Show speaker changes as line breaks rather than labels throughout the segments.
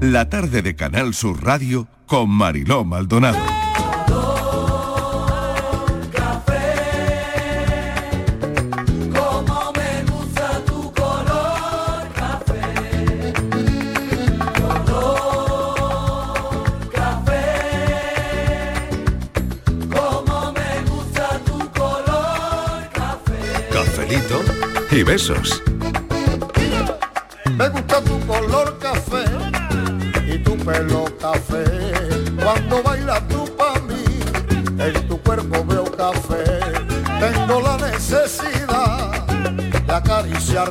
la tarde de Canal Sur Radio con Mariló Maldonado.
Como me gusta tu color café, color café. Como me gusta tu color café.
Cafelito y besos.
Me gusta tu color café y tu pelo café. Cuando bailas tú pa' mí, en tu cuerpo veo café. Tengo la necesidad de acariciar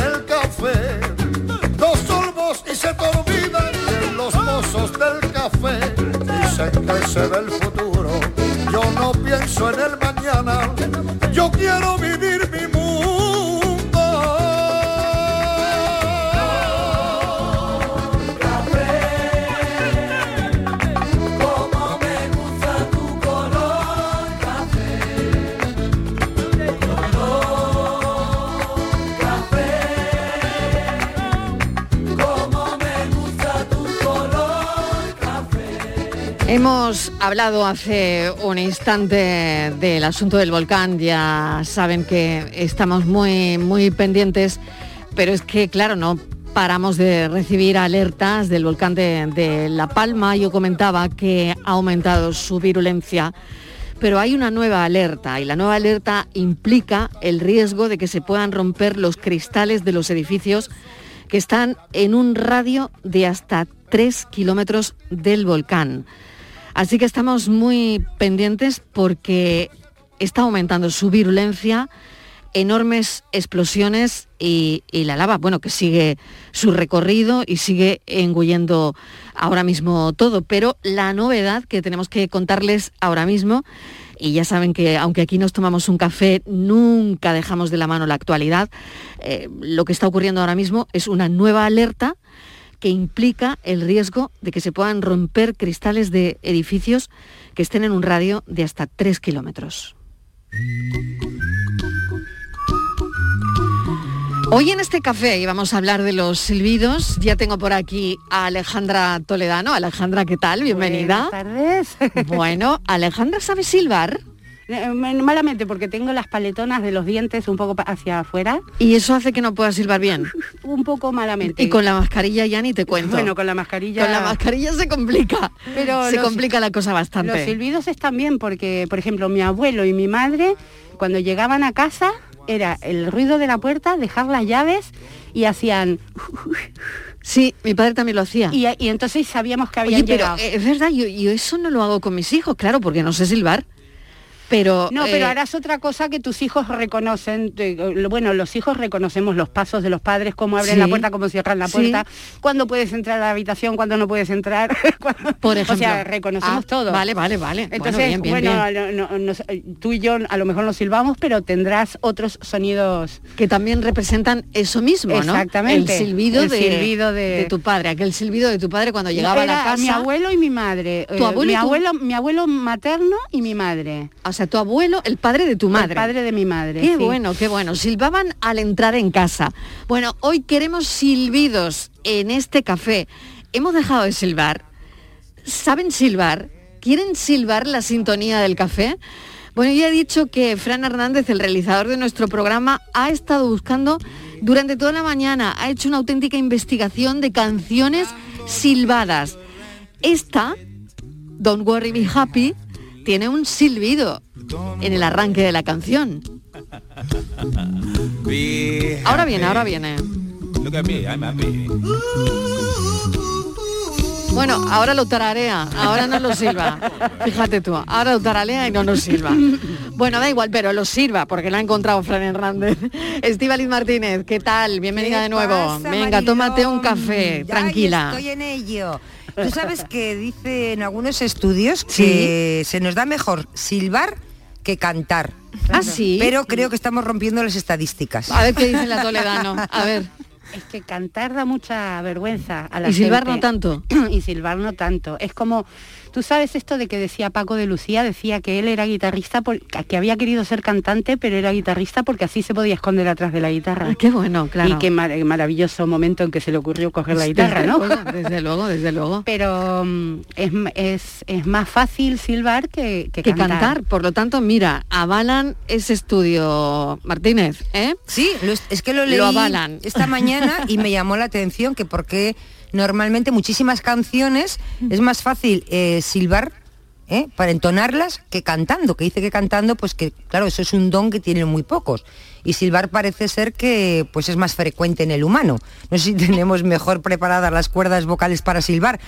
el café. Dos sorbos y se te olvidan y en los mozos del café. Dicen que se ve el futuro. Yo no pienso en el mañana. Yo quiero vivir mi mundo.
Como me gusta tu color café, color café. Como me gusta tu color
Hemos hablado hace un instante del asunto del volcán, ya saben que estamos muy, muy pendientes, pero es que, claro, no paramos de recibir alertas del volcán de, de La Palma. Yo comentaba que ha aumentado su virulencia, pero hay una nueva alerta y la nueva alerta implica el riesgo de que se puedan romper los cristales de los edificios que están en un radio de hasta 3 kilómetros del volcán. Así que estamos muy pendientes porque está aumentando su virulencia, enormes explosiones y, y la lava, bueno, que sigue su recorrido y sigue engullendo ahora mismo todo. Pero la novedad que tenemos que contarles ahora mismo, y ya saben que aunque aquí nos tomamos un café, nunca dejamos de la mano la actualidad, eh, lo que está ocurriendo ahora mismo es una nueva alerta que implica el riesgo de que se puedan romper cristales de edificios que estén en un radio de hasta 3 kilómetros. Hoy en este café íbamos a hablar de los silbidos. Ya tengo por aquí a Alejandra Toledano. Alejandra, ¿qué tal? Bienvenida.
Buenas
tardes. Bueno, Alejandra sabe silbar
Eh, Malamente, porque tengo las paletonas de los dientes un poco pa- hacia afuera,
y eso hace que no pueda silbar bien.
un poco malamente.
Y con la mascarilla ya ni te cuento.
Bueno, con la mascarilla...
Con la mascarilla se complica.
Pero
se
los-
complica la cosa bastante.
Los silbidos están bien porque, por ejemplo, mi abuelo y mi madre, cuando llegaban a casa, era el ruido de la puerta, dejar las llaves y hacían...
Sí, mi padre también lo hacía.
Y, y entonces sabíamos que
Oye,
habían
pero
llegado.
eh, es verdad, yo, yo eso no lo hago con mis hijos, claro, porque no sé silbar. Pero,
No, pero
eh,
harás otra cosa que tus hijos reconocen. te- lo- Bueno, los hijos reconocemos los pasos de los padres, cómo abren
Sí.
la puerta, cómo cierran la
Sí.
puerta, cuándo puedes entrar a la habitación, cuándo no puedes entrar. cuándo-
por ejemplo.
O sea, reconocemos
Ah,
todo.
Vale, vale, vale.
Entonces,
bueno, bien, bien, bien.
no- no- nos- tú y yo a lo mejor nos silbamos, pero tendrás otros sonidos.
que también representan eso mismo, ¿no?
Exactamente.
El silbido,
El
de,
silbido de-
tu padre, aquel silbido de tu padre cuando llegaba
Era
a la casa.
Mi abuelo y mi madre. eh,
¿Tu abuelo
mi,
y tu-
abuelo mi abuelo materno y mi madre.
O sea, tu abuelo, el padre de tu madre.
El padre de mi madre.
Qué
sí.
bueno, qué bueno. Silbaban al entrar en casa. Bueno, hoy queremos silbidos en este café. Hemos dejado de silbar. ¿Saben silbar? ¿Quieren silbar la sintonía del café? Bueno, ya he dicho que Fran Hernández, el realizador de nuestro programa, ha estado buscando durante toda la mañana, ha hecho una auténtica investigación de canciones silbadas. Esta, Don't Worry Be Happy, tiene un silbido en el arranque de la canción. Ahora viene, ahora viene.
Look at me, I'm happy.
Bueno, ahora lo tararea, ahora no lo silba. Fíjate tú, ahora lo tararea y no nos silba. Bueno, da igual, pero lo sirva, porque lo ha encontrado Fran Hernández. Estíbaliz Martínez, ¿qué tal? Bienvenida de nuevo.
pasa,
Venga,
Mariló?
tómate un café,
Ya,
tranquila.
yo Estoy en ello. Tú sabes que dice en algunos estudios que se nos da mejor silbar que cantar.
Ah, sí.
Pero creo que estamos rompiendo las estadísticas.
A ver qué dice la Toledano. A ver.
Es que cantar da mucha vergüenza a la
Y silbar no
gente.
tanto.
y silbar no tanto. Es como, tú sabes esto de que decía Paco de Lucía, decía que él era guitarrista, por- que había querido ser cantante, pero era guitarrista porque así se podía esconder atrás de la guitarra.
Ah, Qué bueno, claro.
Y qué mar- maravilloso momento en que se le ocurrió coger la guitarra,
desde
¿no?
Luego, desde luego, desde luego.
este Pero mm, es, m- es- es más fácil silbar que, que
que
cantar.
cantar. Por lo tanto, mira, avalan ese estudio, Martínez, ¿eh?
Sí, lo es es que lo leí
Lo avalan.
esta mañana y me llamó la atención que porque normalmente muchísimas canciones es más fácil eh, silbar ¿eh? para entonarlas que cantando, que dice que cantando, pues que claro, eso es un don que tienen muy pocos. Y silbar parece ser que pues es más frecuente en el humano. No sé si tenemos mejor preparadas las cuerdas vocales para silbar.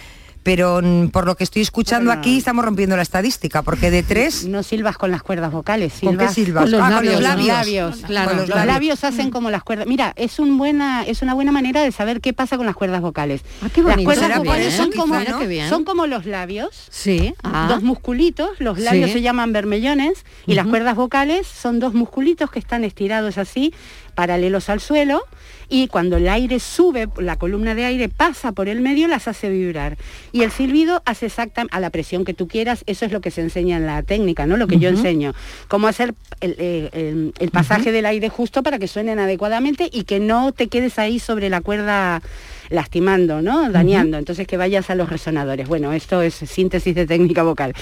Pero mm, por lo que estoy escuchando
Bueno.
aquí estamos rompiendo la estadística, porque de tres...
No silbas con las cuerdas vocales,
¿Con qué
silbas
silbas?
Con los
Ah,
labios, ¿no?
labios.
Claro,
Con
los labios. hacen como las cuerdas. Mira, es un buena, es una buena manera de saber qué pasa con las cuerdas vocales.
Ah, qué
las
bonito,
cuerdas
será por
vocales
eso
son
quizá,
como,
¿no?
Qué bien.
son como los labios,
Sí. Ah.
dos musculitos, los labios
Sí.
se llaman vermellones y las
Ujú.
cuerdas vocales son dos musculitos que están estirados así, paralelos al suelo. Y cuando el aire sube, la columna de aire pasa por el medio, las hace vibrar. Y el silbido hace exacta a la presión que tú quieras, eso es lo que se enseña en la técnica, ¿no? Lo que yo enseño. Cómo hacer el, eh, el- el pasaje del aire justo para que suenen adecuadamente y que no te quedes ahí sobre la cuerda lastimando, ¿no? Dañando. Entonces que vayas a los resonadores. Bueno, esto es síntesis de técnica vocal.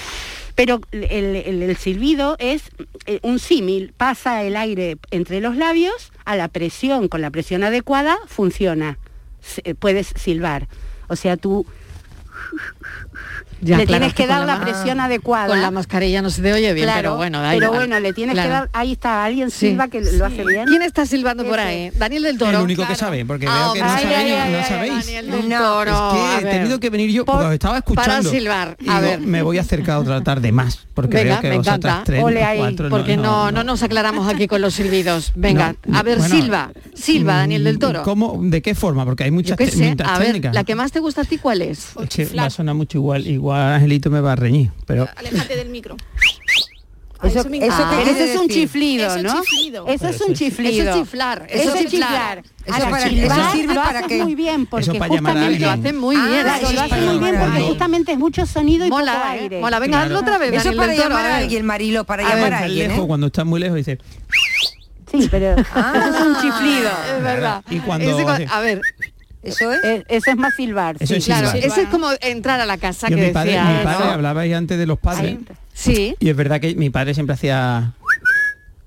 Pero el, el- el silbido es eh, un símil, pasa el aire entre los labios, a la presión, con la presión adecuada, funciona. S- eh, Puedes silbar. O sea, tú
Ya,
le
claro,
tienes que
con
dar la
ma- Ah,
presión adecuada.
Con la mascarilla no se te oye bien, pero bueno, da
pero
igual.
bueno, le tienes que
Claro.
dar, ahí está, alguien
Sí.
silba que lo hace bien.
¿Quién está silbando por
Ese.
ahí? Daniel del Toro.
El único que sabe, porque veo que no
hombre.
sabéis,
Ay, ay,
no
ay,
sabéis.
Daniel del
No,
Toro,
es
a
que he
ver.
tenido que venir yo,
Por-
porque os estaba escuchando.
Para silbar,
y
a
digo,
ver.
Me voy a acercar otra tarde más, porque
Venga,
veo que
me
vosotras
encanta.
tres,
Ole ahí,
cuatro,
Porque no, no, nos aclaramos aquí con los silbidos. Venga,
No,
a ver,
bueno,
silba, silba,
mm,
Daniel del Toro.
¿Cómo? ¿De qué forma? Porque hay
Yo
muchas,
qué
te-
sé,
muchas
a ver,
técnicas.
la que más te gusta a ti, ¿cuál es?
Es que va a sonar mucho igual, igual Angelito me va a reñir, pero
Aléjate del micro.
Eso-
eso me
eso
encanta.
que
Pero
quiere
eso es un
decir?
chiflido,
Eso es
¿no?
chiflido.
Eso es un chiflido.
Eso es chiflar,
Eso es chiflar. A
Eso
la
para-
chiflar
eso sirve
lo
para
haces
que-
muy bien porque
Eso para llamar a
justamente
Lo hace muy
Ah,
bien.
Claro,
eso
lo
es
hace
para
muy bien
llamar a
porque
alguien.
justamente es mucho sonido y poco
Mola,
aire.
eh, mola. Venga,
Claro.
hazlo otra vez,
Eso
Daniel
para
del Toro.
llamar a
ver.
alguien, Marilo, para
Cuando
llamar a
estás
alguien,
lejos,
¿eh?
cuando estás muy lejos dices,
Sí, pero
Ah,
eso es un chiflido.
Ah, Es verdad.
Y cuando-
Ese cua- a ver,
Eso es.
Eh, Eso es más silbar.
Eso
sí.
es
claro,
silbar.
ese es como entrar a la casa
Yo,
que
mi padre,
decía.
mi padre
¿no?
hablabais antes de los padres.
Sí,
Y es verdad que mi padre siempre hacía,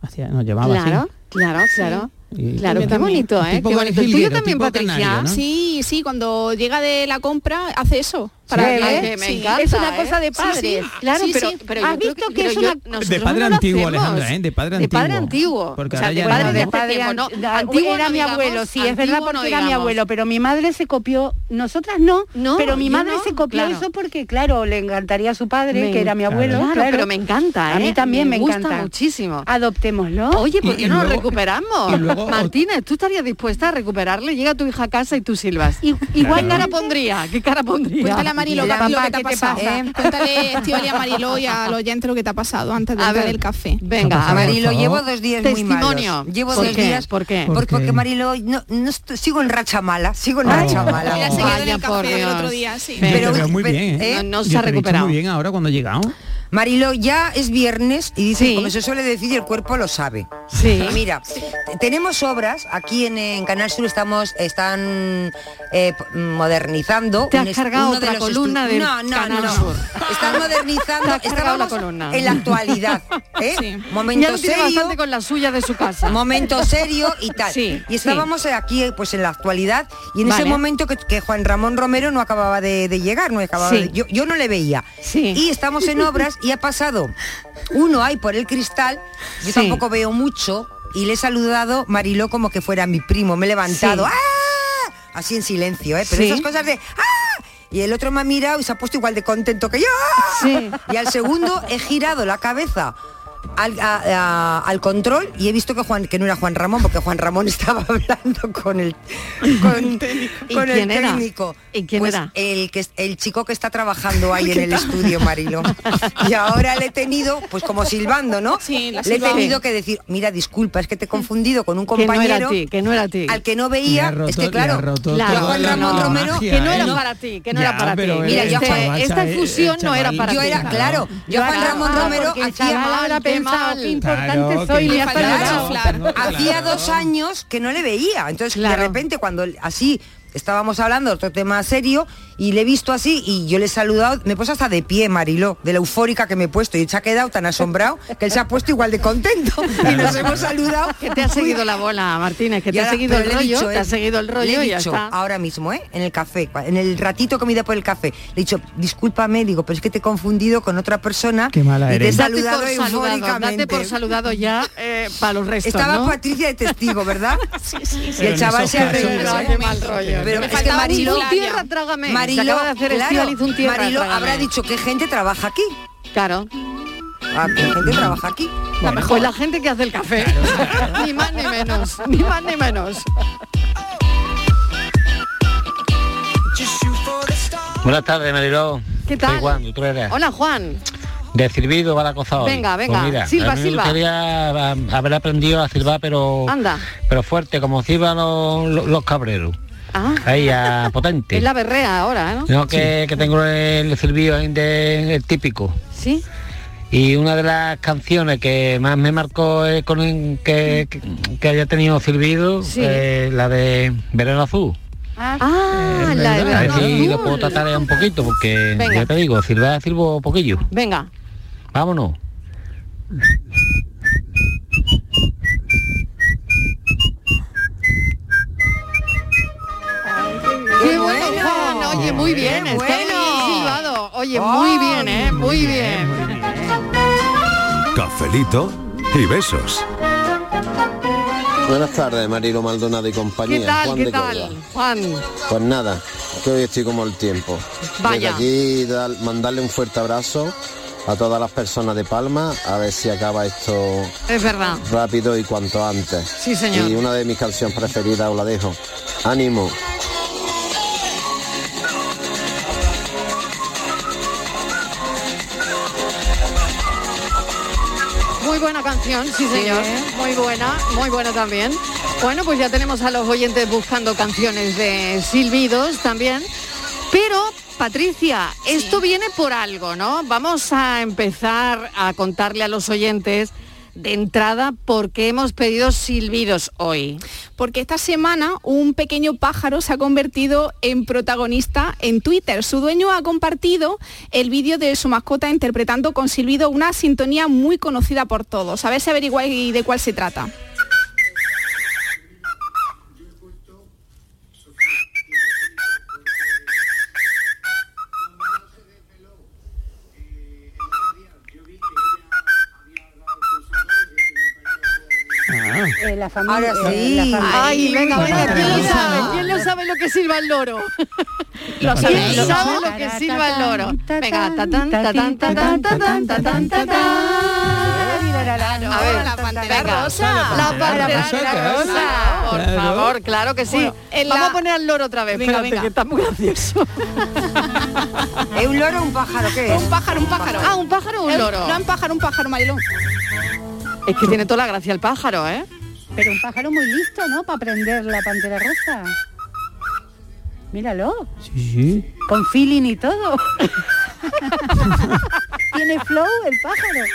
hacía nos llamaba
claro,
así.
claro, claro.
Y-
Claro, qué
También.
bonito, ¿eh?
Tipo
Qué bonito. El tuyo
Gilguero,
también,
tipo
Patricia.
canario, ¿no?
Sí, sí, cuando llega de la compra hace eso. Para
Sí,
que,
que me
sí.
encanta,
Es una
¿eh?
cosa de
Sí, sí.
padres.
Claro,
Sí,
pero,
sí.
pero yo
¿Has
creo
visto que
pero
es
yo-
una-
nosotros
De padre
no lo
antiguo,
hacemos.
Alejandra, ¿eh? De padre
De padre
antiguo.
antiguo.
Porque
o sea,
ahora
de
ya
padre
no.
de
de
hace
padre
tiempo,
an-
no.
da-
Antiguo
era
no
mi
digamos,
abuelo, sí, es verdad
antiguo
porque
no
era mi
digamos.
abuelo, pero mi madre se copió, nosotras no,
No,
pero mi
yo
madre
no,
se copió
claro.
eso porque claro, le encantaría a su padre,
Me
que era mi abuelo,
Claro,
claro.
pero me encanta, ¿eh?
A mí también me,
gusta
encanta.
muchísimo.
Adoptémoslo.
Oye, ¿por
Y-
qué
y
no lo
luego-
recuperamos?
y luego-
Martínez, ¿tú estarías dispuesta a recuperarle? Llega tu hija a casa y tú silbas.
I-
¿Qué
igual
cara
cara
pondría? ¿Qué cara pondría?
Cuéntale a Marilo
Mira,
papi, lo
papá,
que te ha
¿qué te
pasado. Eh,
pasa?
Cuéntale, Estivali, a Marilo y a los oyentes lo que te ha pasado antes de
A
entrar
ver.
el café.
Venga, a ver.
Marilo,
favor.
llevo dos días muy
Testimonio.
malos. Llevo
¿Por
dos
qué?
días.
¿Por qué?
Por-
¿Por qué? Ah.
porque Marilo, no, no estoy- sigo en racha mala, sigo en racha
Y la
mala.
has seguido en
Vaya
el
por
café del
Dios.
otro día, sí.
Pero-
Yo te veo muy
pero-
bien, ¿eh?
¿eh?
No, no
Yo
se ha
te he visto
recuperado.
Muy bien ahora cuando he llegado.
Marilo, ya es viernes y dice,
Sí.
como se suele decir, el cuerpo lo sabe. Ah,
Sí.
Mira, t- tenemos obras, aquí en, en Canal Sur estamos, están eh, p- modernizando.
Te has
un est-
cargado
uno
otra
los
columna
estu-
del
No, no,
Canal
no.
Sur.
¿eh?
Están modernizando,
Te has cargado la
estábamos
columna.
en la actualidad. ¿eh?
Sí.
Ya
Momento
lo tiene
serio,
bastante con la suya de su casa.
momento serio y tal.
Sí,
y estábamos aquí eh, pues en la actualidad y en
Vale.
ese momento que, que Juan Ramón Romero no acababa de, de llegar, no acababa
Sí.
de- yo, yo no le veía.
Sí.
Y estamos en obras y ha pasado uno ahí por el cristal, yo
Sí.
tampoco veo mucho y le he saludado Mariló como que fuera mi primo, me he levantado,
Sí.
¡ah! así en silencio, ¿eh? pero
Sí.
esas cosas de ¡ah! Y el otro me ha mirado y se ha puesto igual de contento que yo. ¡ah!
Sí.
Y al segundo he girado la cabeza al, a- a- al control y he visto que Juan que no era Juan Ramón porque Juan Ramón estaba hablando con el con,
¿Y
con el
quién era?
técnico
¿Y quién
Pues
era?
el que es- el chico que está trabajando ahí en el estudio Marilo y ahora le he tenido pues como silbando no
Sí, la
le he
silbaba.
tenido que decir mira disculpa es que te he confundido con un
Que no era
compañero
a ti, que no era a ti.
al que no
Le ha
veía
roto-
es que
le ha
claro
roto
Claro,
yo a
toda
Juan
la
Ramón Romero
magia,
que no era
¿eh?
para ti, que no era
Ya,
para
pero
ti.
el-
Mira, yo a
Este-
Juan-
esta
el- el
fusión no era
chaval-
para
yo
ti.
era claro yo a
Claro,
Juan Ramón
ah,
Romero
porque el
hacía
chaval
mal
ahora
qué
pensaba,
mal.
"Pinta".
importante soy,
le ha
Claro,
faltado.
claro.
Hacía dos años que no le veía. Entonces,
Claro.
de repente, cuando así estábamos hablando de otro tema serio y le he visto así y yo le he saludado, me he puesto hasta de pie, Mariló, de la eufórica que me he puesto. Y se ha quedado tan asombrado que él se ha puesto igual de contento y nos hemos saludado.
Que te ha seguido la bola, Martínez, que
Y
te ha
ahora-
seguido el
pero le he
rollo,
dicho,
te ha
eh,
seguido el rollo
le
y
he
ya
dicho
está.
ahora mismo, ¿eh? En el café, cua- en el ratito que me he ido por el café. Le he dicho, discúlpame, digo, pero es que te he confundido con otra persona.
Qué mala
¿eh?
y te he
eres.
Date
saludado
por saludado,
eufóricamente.
date por saludado ya eh, para los restos,
Estaba
¿no?
Patricia de testigo, ¿verdad? Y
Pero en
el chaval
esos
se ha
casos-
reído.
Pero
¿eh?
qué mal rollo.
Pero
Me
es que
faltaba un
Marilo,
un tierra trágame.
Marilo,
se acaba de hacer
claro,
Estíbaliz un tierra
Marilo
trágame.
habrá dicho qué gente trabaja aquí.
Claro.
Ah, ¿qué gente trabaja aquí?
Pues la gente que hace el café. ni más ni menos. Ni más ni menos.
Buenas tardes, Mariló.
¿Qué tal?
Soy Juan de Utrera.
Hola, Juan.
De silbido va la cosa hoy.
Venga, venga.
Pues mira,
Silba,
a mí
silba.
Me gustaría um, haber aprendido a silbar, pero
Anda.
pero fuerte, como silban los, los- los cabreros.
Ah,
Ahí, a potente.
es la berrea ahora, ¿eh? ¿no?
No, que, que tengo el silbido ahí de- el típico.
Sí.
Y una de las canciones que más me marcó eh, con el- que, que- que haya tenido silbido,
Sí.
eh, la de Verano Azul.
Ah, la de
a ver
verano
si lo
azul.
puedo tratar un poquito, porque
Venga.
ya te digo, silbar, silbo poquillo.
Venga.
Vámonos.
Qué
bueno!
bueno, Juan. Oye, muy bien.
¡Qué
Está muy
bueno!
bien silbado. Oye, muy bien, ¿eh? Muy bien.
Cafelito y besos.
Buenas tardes, Marilo Maldonado y
¿Qué
compañía.
tal?
Juan
¿Qué
de Córdoba.
tal? Juan.
Pues nada, que hoy estoy como el tiempo.
Vaya.
Desde aquí dar- mandarle un fuerte abrazo a todas las personas de Palma, a ver si acaba esto
Es verdad.
rápido y cuanto antes.
Sí, señor.
Y una de mis canciones preferidas os la dejo. Ánimo.
Muy buena canción, sí ¿eh? señor. Muy buena, muy buena también. Bueno, pues ya tenemos a los oyentes buscando canciones de silbidos también. Pero, Patricia, esto viene por algo, ¿no? Vamos a empezar a contarle a los oyentes de entrada por qué hemos pedido silbidos hoy.
Porque esta semana un pequeño pájaro se ha convertido en protagonista en Twitter. Su dueño ha compartido el vídeo de su mascota interpretando con silbido una sintonía muy conocida por todos. A ver si averiguáis de cuál se trata.
Ah,
Eh, la familia,
Ahora
eh,
sí.
la familia.
Ay, venga, venga, ¿quién lo
Maravilla.
sabe? ¿Quién lo sabe lo que silba el loro?
la
¿Quién
familia.
sabe lo que silba el loro? Venga, tatán, tatán, tatán, tatán, tatán, tatán. A ver,
la Pantera
venga.
Rosa.
La
La
Pantera
Pantera
Rosa,
Rosa,
por
claro.
favor, claro que sí.
en
Vamos
la-
a poner al loro otra vez,
Venga,
espérate,
venga.
que está muy gracioso.
¿Es un loro o un pájaro? ¿Qué es?
Un pájaro, un pájaro.
Ah, ¿un pájaro o un
Eh,
loro?
No, un pájaro, un pájaro, Marilón.
Es que tiene toda la gracia el pájaro, ¿eh?
Pero un pájaro muy listo, ¿no? Para aprender la pantera rosa. Míralo,
sí, sí.
con feeling y todo. Tiene flow el pájaro.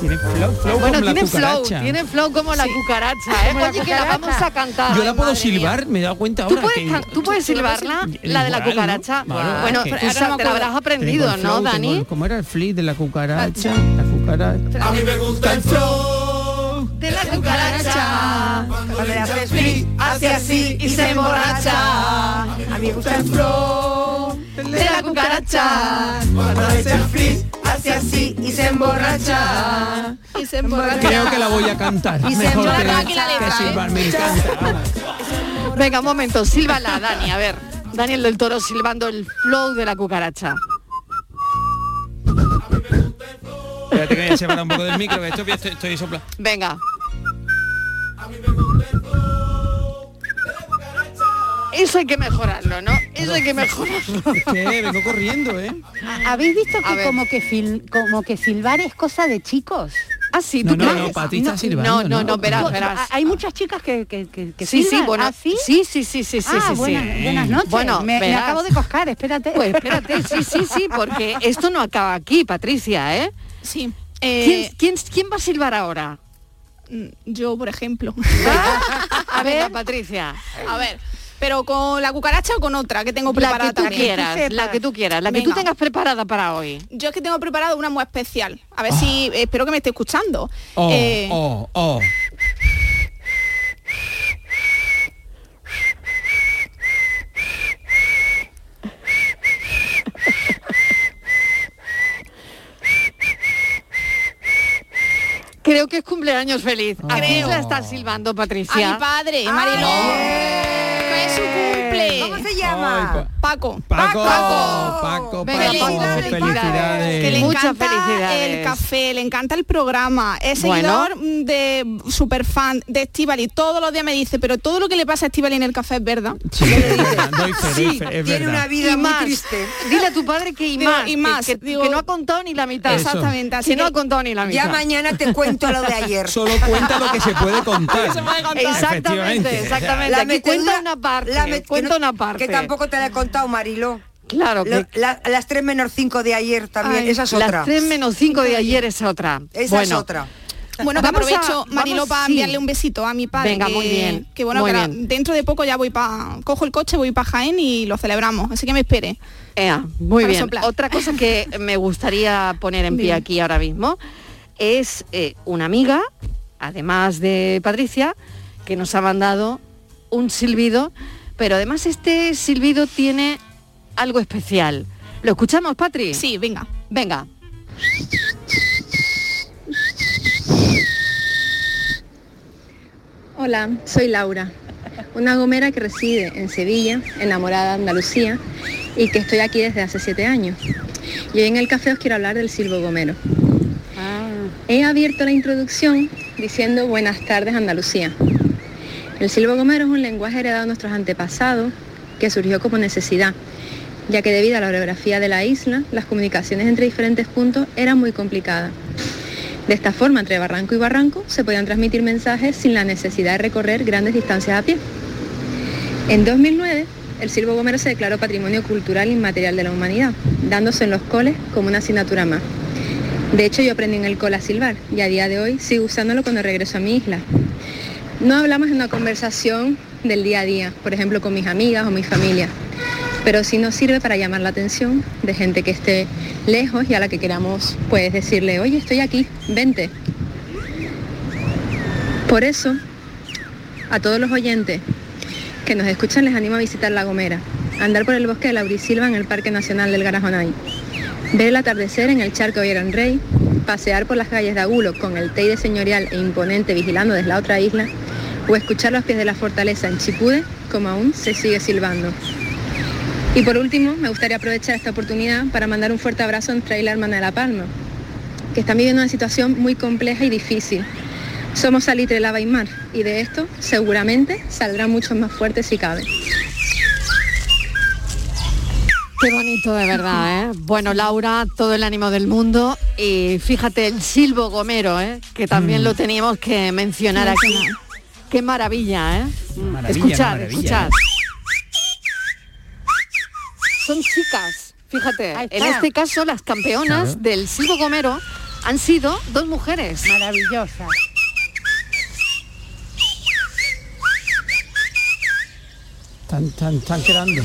Tiene flow, flow
Bueno,
como la
tiene flow,
cucaracha.
tiene flow como la cucaracha, ¿eh? Oye, que la vamos a cantar.
Yo la puedo
ah, Madre
silbar,
mía.
me he dado cuenta
¿Tú
ahora
puedes,
que-
can- tú puedes silbarla, la de la
Igual, ¿no?
cucaracha.
Vale,
Bueno,
ok.
tú
Ahora no me
sa- te la
acuerdo.
habrás
Tengo el
aprendido, ¿no,
flow, tengo
Dani? Ah,
el- ¿Cómo era el flip de la cucaracha? La cucaracha.
A mí me gusta el flow.
De la cucaracha.
Cuando le haces flip,
hace así y se emborracha.
A mí me gusta el flow.
De la cucaracha.
Cuando le haces flip, hace así y se emborracha.
Y se emborracha.
Creo que la voy a cantar.
Y se
Mejor
enrola
que,
aquí la
que
letra, ¿eh?
silbar, me encanta.
Venga, un momento, sílvala, Dani, a ver. Daniel del Toro silbando el flow de la cucaracha.
Espérate que me voy a separar un poco del micro, que estoy, estoy, estoy sopla-
Venga. Eso hay que mejorarlo, ¿no? Eso hay que mejorarlo.
Eh, vengo corriendo, ¿eh?
¿Habéis visto
A
que
ver.
como que, fil- como que silbar es cosa de chicos?
Ah, sí,
No, ¿tú no, crees? no, Pati está silbando,
No, no, no, verás,
Yo-
verás.
Hay muchas chicas que, que, que, que
Sí, sí,
silban,
bueno,
¿ah, sí?
sí, sí, sí, sí, sí,
Ah,
sí, sí.
buenas, buenas noches.
Bueno,
me, me
verás.
acabo de coscar, espérate.
Pues espérate, sí, sí, sí, porque esto no acaba aquí, Patricia, ¿eh?
Sí.
¿Quién, quién, quién va a silbar ahora?
mm, Yo, por ejemplo.
A ver, Patricia.
A ver, pero con la cucaracha o con otra que tengo
La
preparada
que tú
también.
quieras, la que tú quieras, la que tú
Venga.
tengas preparada para hoy.
Yo es que tengo preparado una muy especial. A ver si espero que me esté escuchando.
Oh,
Eh,
oh, oh.
Creo que es cumpleaños feliz. ¿A quién
Creo.
la estás silbando,
A mi
Patricia? Ah,
padre, Mariló. Que es su cumple.
¿Cómo se llama?
Paco.
Paco, Paco, Paco,
Venga, Paco,
felicidades.
Que le
Muchas
encanta
felicidades.
el café, le encanta el programa. Es
Bueno.
seguidor mm, de super fan de Estivali. Todos los días me dice, pero todo lo que le pasa a Estivali en el café es verdad.
Sí, es verdad, doy fe, doy
Sí,
fe, es
Tiene
verdad.
una vida
Y
muy
más.
triste.
Dile a tu padre que y
Digo,
más,
y
que-
más,
que,
digo-
que no ha contado ni la mitad.
Eso.
Exactamente, así
que no
que-
ha contado ni la mitad.
Ya mañana te cuento lo de ayer.
Solo cuenta lo que se puede contar.
Se puede contar.
Efectivamente.
Exactamente, exactamente. Aquí cuenta
metedura-
una parte,
la met- que
cuenta
no-
una parte.
Que tampoco te la he contado, Mariló.
Claro,
Lo-
que
la- las 3 menos 5 de ayer también,
Ay,
esa es otra.
las 3 menos 5 de ayer es otra.
Esa es
Bueno,
otra.
Bueno,
Vamos
que
a-
aprovecho,
vamos,
Marilo, para
sí.
enviarle un besito a mi padre.
Venga,
que,
muy bien,
Que bueno,
muy
que ahora-
bien.
dentro de poco ya voy para... Cojo el coche, voy para Jaén y lo celebramos. Así que me espere.
Ea, muy
Para
bien.
soplar.
Otra cosa que me gustaría poner en pie
Dime.
aquí ahora mismo es eh, una amiga, además de Patricia, que nos ha mandado un silbido, pero además este silbido tiene algo especial. ¿Lo escuchamos, Patri?
Sí, venga.
Venga.
Hola, soy Laura, una gomera que reside en Sevilla, enamorada de Andalucía y que estoy aquí desde hace siete años. Y hoy en el café os quiero hablar del silbo gomero. He abierto la introducción diciendo buenas tardes Andalucía. El silbo gomero es un lenguaje heredado de nuestros antepasados que surgió como necesidad, ya que debido a la orografía de la isla, las comunicaciones entre diferentes puntos eran muy complicadas. De esta forma, entre barranco y barranco, se podían transmitir mensajes sin la necesidad de recorrer grandes distancias a pie. En 2009, el silbo gomero se declaró Patrimonio Cultural Inmaterial de la Humanidad, dándose en los coles como una asignatura más. De hecho, yo aprendí en el cole a silbar y a día de hoy sigo usándolo cuando regreso a mi isla. No hablamos en una conversación del día a día, por ejemplo, con mis amigas o mi familia, pero sí nos sirve para llamar la atención de gente que esté lejos y a la que queramos pues decirle, oye, estoy aquí, vente. Por eso, a todos los oyentes que nos escuchan les animo a visitar La Gomera, andar por el bosque de Laurisilva en el Parque Nacional del Garajonay, ver el atardecer en el charco de Gran Rey, pasear por las calles de Agulo con el Teide señorial e imponente vigilando desde la otra isla, o escuchar los pies de la fortaleza en Chipude, como aún se sigue silbando. Y por último, me gustaría aprovechar esta oportunidad para mandar un fuerte abrazo a nuestra isla hermana de La Palma, que están viviendo una situación muy compleja y difícil. Somos salitre, lava y mar, y de esto seguramente saldrán muchos más fuertes si cabe.
Qué bonito de verdad, ¿eh? Bueno, Laura, todo el ánimo del mundo y fíjate el silbo gomero, ¿eh? Que también lo teníamos que mencionar aquí. Qué maravilla, ¿eh?
Maravilla,
escuchad,
no maravilla,
escuchad.
¿eh?
Son chicas, fíjate.
Ahí está.
En este caso, las campeonas
Claro.
del silbo gomero han sido dos mujeres.
Maravillosa.
Están, están, están quedando.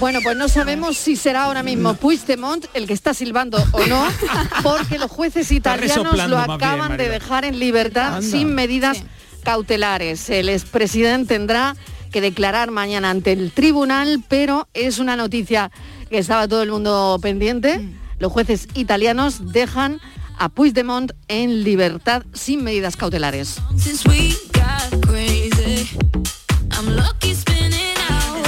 Bueno, pues no sabemos si será ahora mismo
Mm.
Puigdemont el que está silbando o no, porque los jueces italianos
resoplando
lo
más bien,
acaban de
Marilo.
dejar en libertad
Anda.
sin medidas cautelares. El expresidente tendrá que declarar mañana ante el tribunal, pero es una noticia que estaba todo el mundo pendiente.
Mm.
Los jueces italianos dejan a Puigdemont en libertad sin medidas cautelares.
Since we got crazy, I'm lucky spinning out.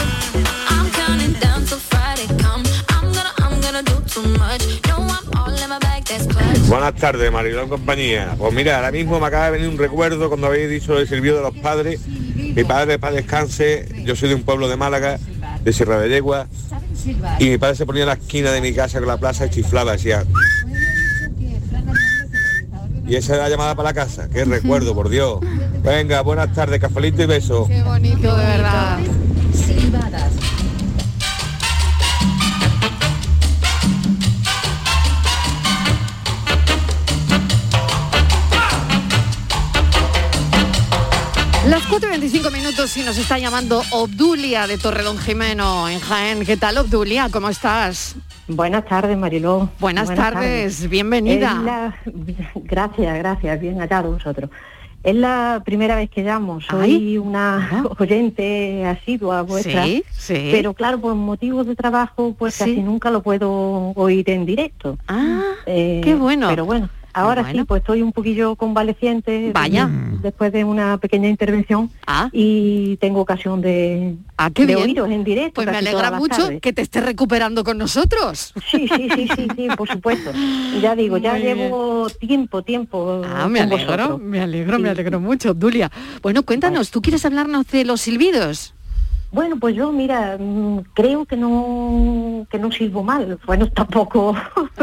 I'm counting down till Friday come. I'm gonna, I'm gonna do too much. No, I'm all in my bag, that's clutch.
Buenas tardes, Marilón compañía. Pues mira, ahora mismo me acaba de venir un recuerdo cuando habéis dicho el sirvió de los padres. Mi padre, para descanse, yo soy de un pueblo de Málaga, de Sierra de Yegua, y mi padre se ponía en la esquina de mi casa con la plaza y chiflaba, decía... Y esa era la llamada para la casa, qué recuerdo, por Dios. Venga, buenas tardes, cafelito y beso.
Qué bonito, de verdad. Las 4.25 minutos y nos está llamando Obdulia de Torredón Jimeno en Jaén. ¿Qué tal, Obdulia? ¿Cómo estás?
Buenas tardes, Mariló.
Buenas, tardes, bienvenida.
Es la- Gracias, gracias, bien hallado vosotros. Es la primera vez que llamo, soy una oyente asidua vuestra,
Sí, sí.
pero claro, por motivos de trabajo, pues casi nunca lo puedo oír en directo.
Ah,
qué bueno. Pero bueno, ahora sí, pues estoy un poquillo convaleciente
Vaya.
después de una pequeña intervención y tengo ocasión de,
Ah, qué
de
bien.
oíros en directo.
Pues me
casi
alegra
todas las
mucho
tardes.
que te estés recuperando con nosotros.
Sí, sí, sí, sí, sí, por supuesto. Ya digo, ya
Muy
llevo tiempo, tiempo.
Ah, me
con
alegro,
vosotros.
me alegro, me alegro mucho, Obdulia. Bueno, cuéntanos, ¿tú quieres hablarnos de los silbidos?
Bueno, pues yo, mira, mm, creo que no que no sirvo mal. Bueno, tampoco,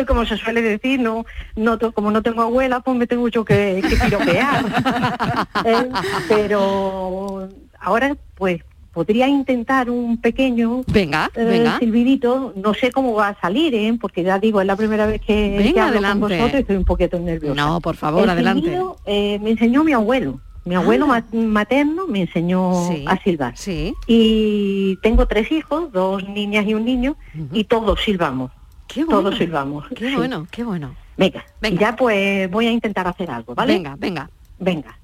como se suele decir, no, no to- como no tengo abuela, pues me tengo yo que, que piropear. Eh, pero ahora, pues, podría intentar un pequeño
Venga,
eh,
venga.
silbidito. No sé cómo va a salir, ¿eh? porque ya digo, es la primera vez que,
Venga,
que hablo
adelante.
con vosotros y estoy un poquito nerviosa.
No, por favor,
El
adelante.
silbido, eh, me enseñó mi abuelo. Mi abuelo ma- materno me enseñó a silbar. Y tengo tres hijos, dos niñas y un niño, y todos silbamos. Todos silbamos.
Qué
sí.
bueno, qué bueno.
Venga, ya pues voy a intentar hacer algo, ¿vale?
Venga, venga.
Venga.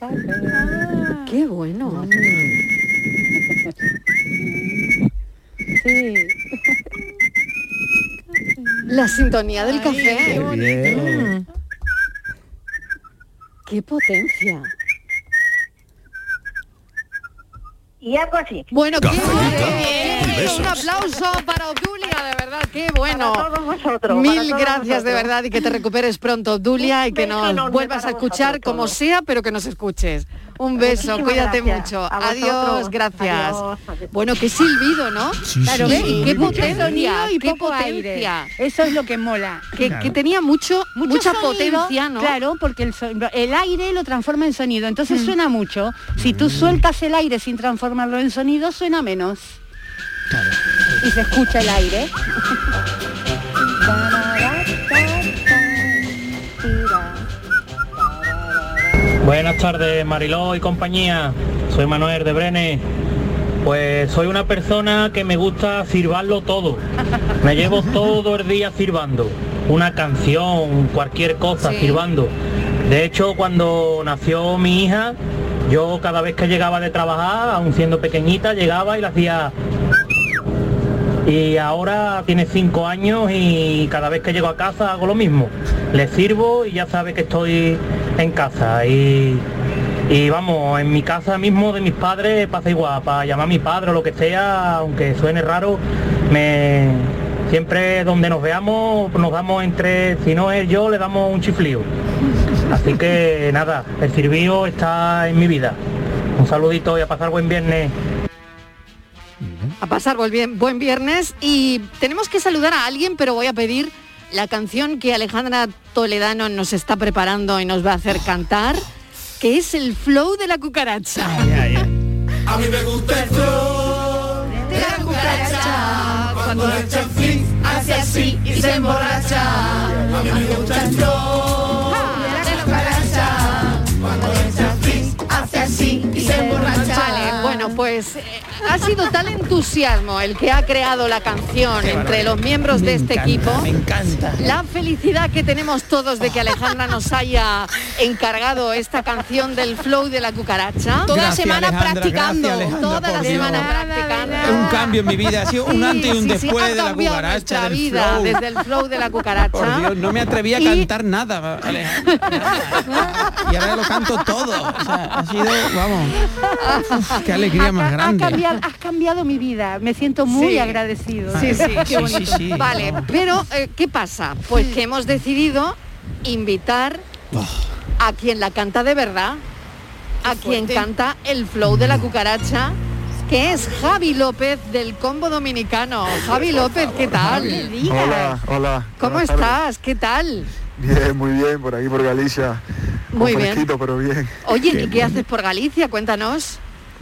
Ah. Qué bueno.
Sí.
La sintonía del
qué
café.
bonito.
Mm. Qué potencia.
Y algo así.
Bueno, qué
Cafecito
bueno.
y besos.
Un aplauso para Obdulia, de verdad, qué bueno.
vosotros,
Mil
para todos
gracias de
vosotros.
verdad y que te recuperes pronto, Obdulia, y que
beso
nos
enorme
vuelvas a
para
escuchar
vosotros
como
todos.
sea, pero que nos escuches. Un beso,
Muchísimas
cuídate
gracias.
mucho.
A vosotros.
Adiós, gracias.
Adiós,
Bueno, qué silbido, ¿no? Claro, ¿ves? Y qué potencia,
y
qué
poco aire.
potencia.
Eso es lo que mola.
Que- que tenía mucho, mucha potencia, ¿no?
Claro, porque el, so- el aire lo transforma en sonido, entonces
Mm.
suena mucho. Si tú sueltas el aire sin transformarlo en sonido, suena menos. Y se escucha el aire.
oh.
Buenas tardes, Mariló y compañía. Soy Manuel de Brene. Pues soy una persona que me gusta sirvarlo todo. Me llevo todo el día sirvando. Una canción, cualquier cosa, sirvando. De hecho, cuando nació mi hija, yo cada vez que llegaba de trabajar, aun siendo pequeñita, llegaba y la hacía... Y ahora tiene cinco años y cada vez que llego a casa hago lo mismo. Le sirvo y ya sabe que estoy en casa. Y, y vamos, en mi casa mismo de mis padres pasa igual. Para llamar a mi padre o lo que sea, aunque suene raro, me siempre donde nos veamos nos damos entre, si no es yo, le damos un chiflío. Así que nada, el sirvío está en mi vida. Un saludito y a pasar buen viernes.
a pasar buen bien- buen viernes y tenemos que saludar a alguien, pero voy a pedir la canción que Alejandra Toledano nos está preparando y nos va a hacer cantar, que es el flow de la cucaracha.
A mí me gusta el flow de la cucaracha Cuando la echan flip hace así y se emborracha A mí me gusta el flow de la cucaracha Cuando la echan flip hace así y se emborracha
Vale, bueno, pues eh, ha sido tal entusiasmo el que ha creado la canción entre los miembros de este equipo.
Me encanta.
La felicidad que tenemos todos de que Alejandra nos haya encargado esta canción del flow de la cucaracha.
Toda la Gracias, semana Alejandra, practicando. gracias, Alejandra,
Toda la
por Dios.
semana
Es
practicando.
un cambio en mi vida, ha sido un
Sí,
antes y un
sí, sí,
después
ha
de la
cambiado nuestra
cucaracha. del
vida
flow.
desde el flow de la cucaracha.
¿Ah?
Por Dios, no me atreví a
Y-
cantar nada, Alejandra. nada. Y ahora lo canto todo. O sea, ha sido, vamos, qué alegría.
familia más
Has
grande.
cambiado, has cambiado mi vida, me siento muy
Sí.
agradecido.
Sí, sí,
Sí,
qué bonito.
sí, sí.
Vale, pero eh, ¿qué pasa? Pues que hemos decidido invitar a quien la canta de verdad, a quien canta el flow de la cucaracha, que es Javi López del Combo Dominicano. Javi López, ¿qué tal?
Hola, hola.
¿Cómo
buenas tardes.
estás? ¿Qué tal?
Bien, muy bien, por aquí por Galicia. Con
Muy bien.
fresquito, pero bien.
Oye, ¿y qué haces por Galicia? Cuéntanos.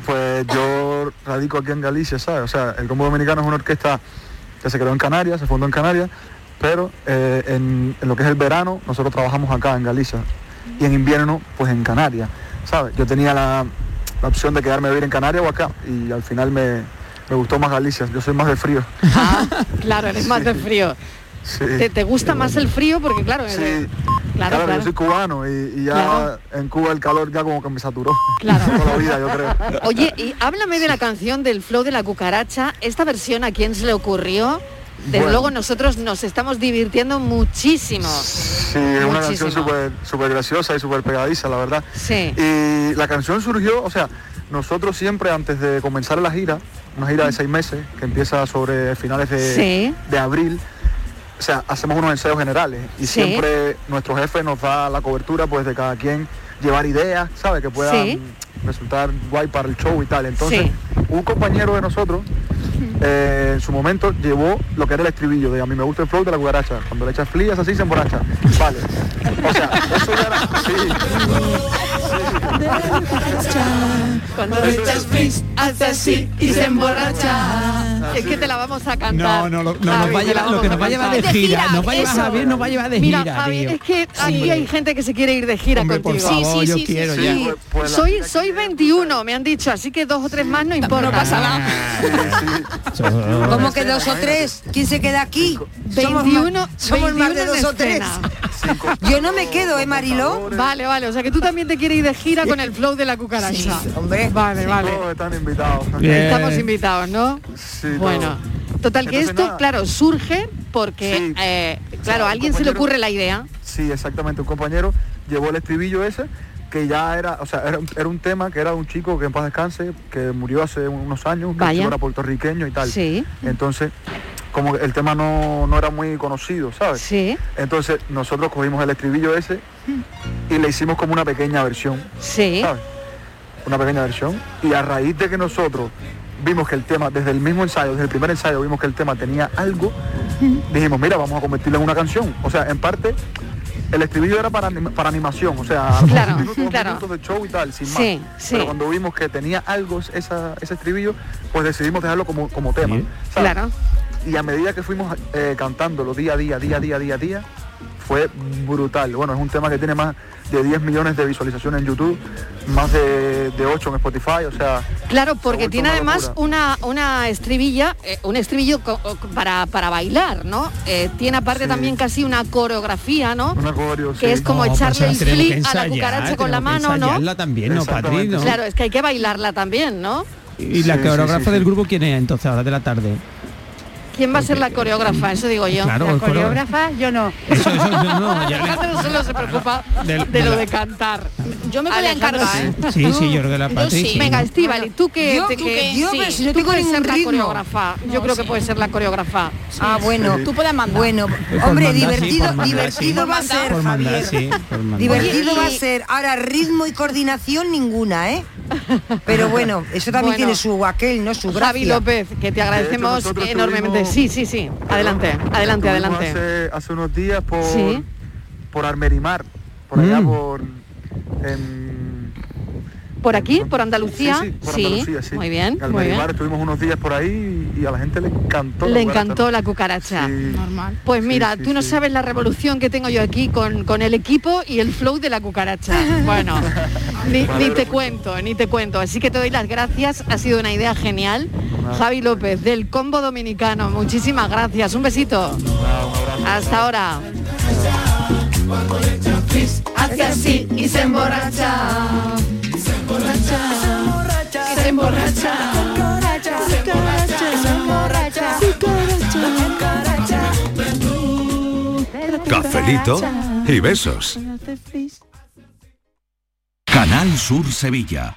Pues yo radico aquí en Galicia, ¿sabes? O sea, el Combo Dominicano es una orquesta que se creó en Canarias, se fundó en Canarias, pero eh, en, en lo que es el verano nosotros trabajamos acá en Galicia y en invierno pues en Canarias, ¿sabes? Yo tenía la, la opción de quedarme a vivir en Canarias o acá y al final me, me gustó más Galicia, yo soy más de frío.
Claro, eres más de frío.
Sí.
¿Te, te gusta más el frío? Porque claro,
Sí.
eh,
Claro,
claro,
yo
claro.
soy cubano y, y ya
Claro.
en Cuba el calor ya como que me saturó. Claro. Toda la vida, yo creo.
Oye, y háblame de la canción del flow de la cucaracha. Esta versión a quién se le ocurrió. Desde
Bueno.
luego nosotros nos estamos divirtiendo muchísimo.
Sí, es una
Muchísimo.
canción súper súper graciosa y súper pegadiza, la verdad.
Sí.
Y la canción surgió, o sea, nosotros siempre antes de comenzar la gira, una gira de seis meses, que empieza sobre finales de,
Sí.
de abril, o sea, hacemos unos ensayos generales y
Sí.
siempre nuestro jefe nos da la cobertura pues de cada quien llevar ideas, ¿sabes? Que puedan
Sí.
resultar guay para el show y tal. Entonces,
Sí.
un compañero de nosotros eh, en su momento llevó lo que era el estribillo de a mí me gusta el flow de la cucaracha. Cuando le echas flías así se emborracha. Vale. O sea, eso ya era. Sí.
Cuando
Pues
le echas frizz, hace así y se emborracha. Es que te la vamos a cantar.
Ah, No, no, lo- no, nos
Javi,
va a
te
llevar-
la
lo que nos va a
vamos
llevar de
cantar.
gira, nos va a llevar
eso.
Javier, nos va a llevar de
Mira,
gira,
Javi,
tío.
es que aquí
Hombre.
hay gente que se quiere ir de gira
Hombre, por
contigo.
favor, yo quiero ya.
sí.
Pues- pues la
Soy, soy 21, me han dicho, así que dos o tres más no importa. No pasa
¿Cómo que dos o tres? ¿Quién se queda aquí? Somos más-
21,
somos más de
21 en
dos o tres.
escena.
Yo no me quedo, ¿eh, Mariló?
Vale, vale, o sea que tú también te quieres ir de gira con el flow de la cucaracha.
hombre.
Vale, vale.
Todos están invitados.
Eh.
Estamos invitados, ¿no?
todos.
bueno, total que
Entonces,
esto,
nada.
claro, surge porque,
Sí.
eh,
O sea,
claro,
un
a alguien se le
compañero-
ocurre la idea.
Sí, exactamente. Un compañero llevó el estribillo ese, que ya era, o sea, era, un- era un tema que era de un chico que en paz descanse, que murió hace unos años, que el
Vaya.
chico era puertorriqueño y tal.
Sí.
Entonces, como que el tema no, no era muy conocido, ¿sabes?
Sí. Mm.
Entonces, nosotros cogimos el estribillo ese y le hicimos como una pequeña versión.
Sí.
¿Sabes? Una pequeña versión. Y a raíz de que nosotros vimos que el tema, desde el mismo ensayo, desde el primer ensayo, vimos que el tema tenía algo, dijimos, mira, vamos a convertirlo en una canción. O sea, en parte, el estribillo era para, anima- para animación, o sea, a lo mejor
Claro,
un minuto, dos
claro.
minutos de show y tal, sin
Sí,
más.
sí.
Pero cuando vimos que tenía algo esa- ese estribillo, pues decidimos dejarlo como, como tema. ¿sabes?
Claro.
Y a medida que fuimos eh, cantándolo día a día, día a día, día a día, fue brutal. Bueno, es un tema que tiene más de 10 millones de visualizaciones en YouTube, más de, de 8 en Spotify, o sea...
Claro, porque
vuelto
tiene
una
además
locura.
una, una estribilla, eh, un estribillo co- o- para, para bailar, ¿no? Eh, tiene aparte
Sí.
también casi una coreografía, ¿no?
Una coreo,
Que
sí.
es como echarle el
pues, tenemos que
flip a la
ensayar,
cucaracha con la
tenemos que
mano, ¿no?
ensayarla también, ¿no, Patri? ¿No?
Claro, es que hay que bailarla también, ¿no?
Y la
Sí, sí,
coreógrafa
sí, sí.
del grupo, ¿quién es entonces ahora de la tarde?
¿Quién va a ser la coreógrafa? Eso digo yo.
Claro, La el coreo-
coreógrafa, yo no.
Eso, eso, no, no, ya le-
Alejandro solo se preocupa de,
De- de
lo
la-
de cantar.
Yo me voy a
Alejandro,
encargar, ¿eh?
Sí, sí, yo creo que la
Yo
Patri.
sí.
sí.
Venga, Estivali, tú que
Yo-
te-
tú
que-
que- yo, pero si no
tú
tengo
puedes
ningún
ser la
ritmo.
coreógrafa. Yo creo que puede ser la coreógrafa.
Ah, bueno.
Tú puedes mandar.
Bueno,
Por
hombre,
mandar, Pues sí,
divertido,
por mandar,
divertido
sí.
va a ser,
Por mandar,
Javier.
sí, por mandar.
Divertido
Oye,
va a
y-
ser. Ahora, ritmo y coordinación ninguna, ¿eh? Pero bueno, eso también tiene
Bueno.
su aquel, ¿no? Su gracia.
Javi López, que te
De
agradecemos
hecho, nosotros
enormemente.
tuvimos-
Sí, sí, sí. Adelante, adelante,
Estuvimos
adelante.
Hace, hace unos días por,
Sí.
por Armerimar, por allá
Mm.
por... en-
¿Por aquí? ¿Por Andalucía?
Sí, sí, por Andalucía, sí.
Muy bien,
En
muy bien.
Almerimar estuvimos unos días por ahí y, y a la gente le encantó. la
Le
cucaracha.
encantó la cucaracha.
Sí.
Normal. Pues mira,
sí,
tú no
sí.
sabes la revolución que tengo yo aquí con, con el equipo y el flow de la cucaracha. Bueno, ni, ni
Me alegro
te
mucho.
cuento, ni te cuento. Así que te doy las gracias. Ha sido una idea genial. Javi López, del Combo Dominicano. Muchísimas gracias. Un besito. Hasta ahora.
Hace así y se emborracha. Y se emborracha. Y se emborracha. Se emborracha. Se emborracha.
Cafelito y besos. Canal Sur Sevilla.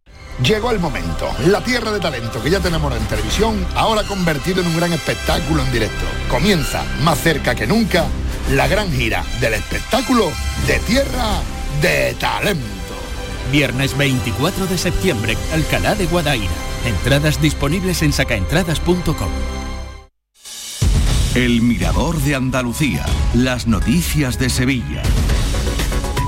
Llegó el momento, la tierra de talento que ya tenemos en televisión, ahora convertido en un gran espectáculo en directo. Comienza, más cerca que nunca, la gran gira del espectáculo de tierra de talento.
Viernes 24 de septiembre, Alcalá de Guadaira. Entradas disponibles en sacaentradas.com.
El Mirador de Andalucía. Las noticias de Sevilla.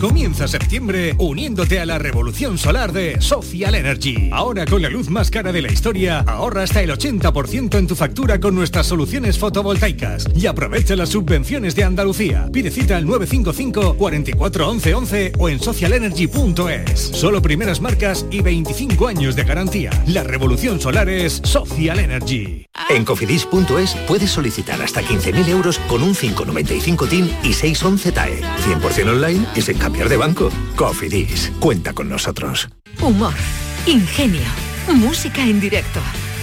Comienza septiembre uniéndote a la revolución solar de Social Energy. Ahora con la luz más cara de la historia, ahorra hasta el 80% en tu factura con nuestras soluciones fotovoltaicas y aprovecha las subvenciones de Andalucía. Pide cita al 955 44 11 11 o en socialenergy.es. Solo primeras marcas y 25 años de garantía. La revolución solar es Social Energy.
En cofidis.es puedes solicitar hasta 15.000 euros con un 595 TIN y 611 TAE. 100% online y sin cambiar de banco. Cofidis, cuenta con nosotros.
Humor, ingenio, música en directo,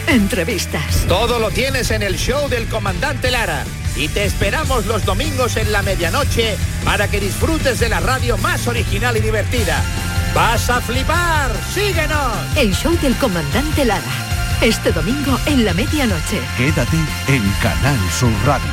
entrevistas.
Todo lo tienes en el show del comandante Lara. Y te esperamos los domingos en la medianoche para que disfrutes de la radio más original y divertida. ¡Vas a flipar! ¡Síguenos!
El show del comandante Lara. Este domingo en la medianoche.
Quédate en Canal Sur Radio,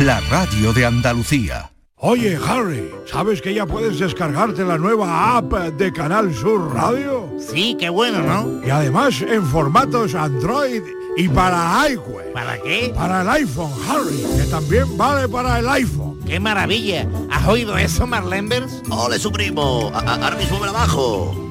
la radio de Andalucía.
Oye, Harry, ¿sabes que ya puedes descargarte la nueva app de Canal Sur Radio?
Sí, qué bueno, ¿no?
Y además en formatos Android y para iWeb.
¿Para qué?
Para el iPhone, Harry, que también vale para el iPhone.
¡Qué maravilla! ¿Has oído eso, Marlenbers?
¡Ole, su primo! A- a- Ahora mismo me la bajo.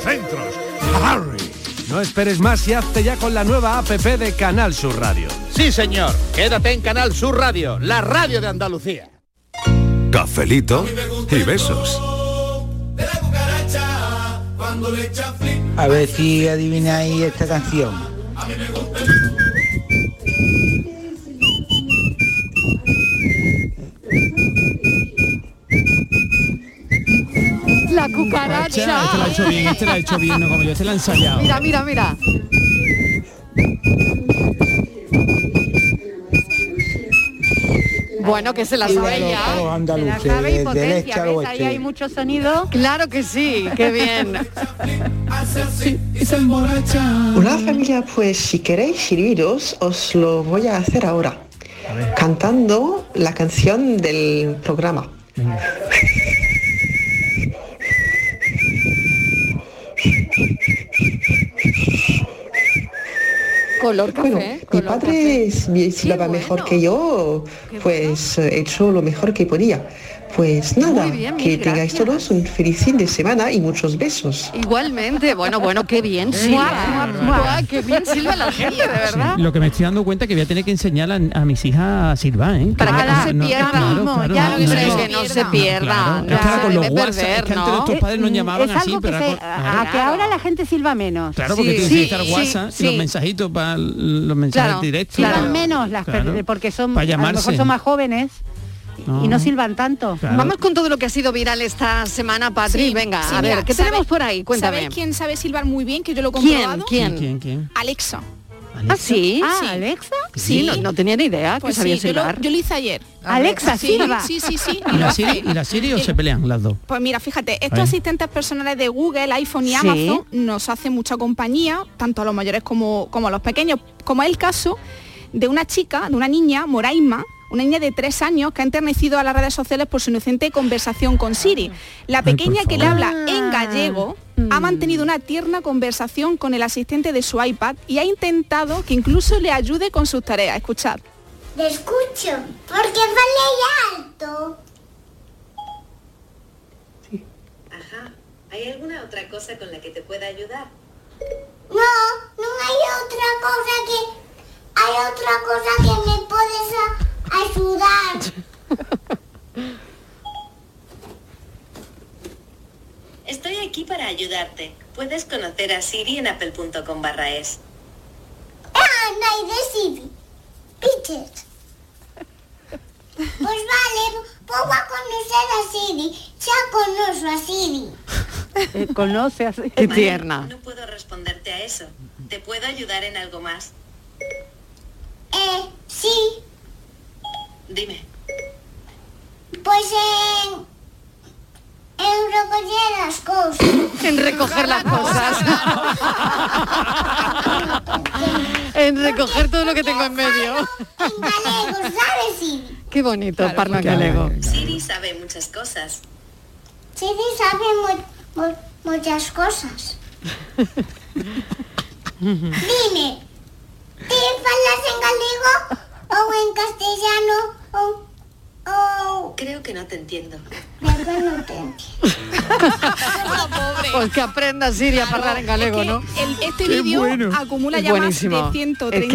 centros. Harry.
No esperes más y hazte ya con la nueva app de Canal Sur Radio.
Sí, señor. Quédate en Canal Sur Radio, la radio de Andalucía.
Cafelito y besos.
Cuando le echa flip,
A ver si adivináis esta canción.
a mí me gusta.
La
Este la este la ha hecho bien,
cucaracha.
este la ha hecho bien, no como yo, este la ha ensayado.
Mira, mira, mira. Bueno, que se la sabe
Ídolo,
ya.
todos andaluces, Se la sabe y desde el potencia, este al ¿ves? Ahí oeste. hay mucho sonido.
Claro que sí, qué bien.
Hola familia, pues si queréis sirviros, os lo voy a hacer ahora, cantando la canción del programa.
Color café,
Bueno, mi
color
padre silbaba mejor que yo, pues eh, hecho lo mejor que podía. Pues nada, bien, que tengáis gracias. todos un feliz fin de semana y muchos besos.
Igualmente, bueno, bueno, qué bien, sí, ¡Mua, mua, mua, qué bien silba la gente, de
¿Ah?
verdad.
Sí, lo que me estoy dando cuenta es que voy a tener que enseñar a, a mis hijas a silbar, ¿eh?
Para claro, que no, se pierda, no, no, claro, ya claro, que no se pierda.
Es que ahora con los WhatsApp, perder, es que antes nuestros padres nos llamaban
es
así,
algo que
pero
se, a, a que ahora la gente silba menos.
Claro, porque tienes que estar WhatsApp y los mensajitos para los mensajes directos.
Silban menos las porque son a lo mejor son más jóvenes. No. y no silban tanto.
Claro. Vamos con todo lo que ha sido viral esta semana, Patri. Sí, Venga, sí, a ver, ¿qué sabe, tenemos por ahí? Cuéntame.
¿Sabéis quién sabe silbar muy bien? Que yo lo he comprobado.
¿Quién?
¿Quién? ¿Quién?
Alexa.
¿Alexa? ¿Ah, sí?
Ah, sí. ¿Alexa?
Sí, no, no, tenía ni idea pues que sabía silbar.
Yo lo, yo lo hice ayer.
Alexa, sí, silba.
Sí, sí, sí.
¿Y la Siri, y la Siri o se pelean las dos?
Pues mira, fíjate, estos asistentes personales de Google, iPhone y sí. Amazon nos hacen mucha compañía, tanto a los mayores como, como a los pequeños, como es el caso de una chica, de una niña, Moraima, una niña de tres años que ha enternecido a las redes sociales por su inocente conversación con Siri. La pequeña Ay, que le habla en gallego mm. ha mantenido una tierna conversación con el asistente de su iPad y ha intentado que incluso le ayude con sus tareas. Escuchad.
Le escucho, porque vale alto.
Sí. Ajá. ¿Hay alguna otra cosa con la que te pueda ayudar?
No, no hay otra cosa que... Hay otra cosa que me puedes ayudar.
Estoy aquí para ayudarte. Puedes conocer a Siri en apple.com barra es.
Ah, no de Siri. Peter. Pues vale, pues voy a conocer a Siri. Ya conozco a Siri.
Eh, conoce a Siri.
Qué tierna.
Vale, no puedo responderte a eso. ¿Te puedo ayudar en algo más?
Eh, sí.
Dime.
Pues en... En recoger las cosas.
en recoger las cosas. en recoger todo lo que tengo en medio.
en galego, ¿sabes, Siri?
Qué bonito, claro, parla en galego.
Siri sabe muchas cosas.
Siri sabe mu mu muchas cosas. Dime, ¿te hablas en galego? o en castellano o, o...
Creo que no te entiendo.
Verdad no te
entiendo. pues que aprenda Siria claro, a hablar en galego,
es
que ¿no?
El, este vídeo bueno. acumula es ya buenísimo. más de 130.000
es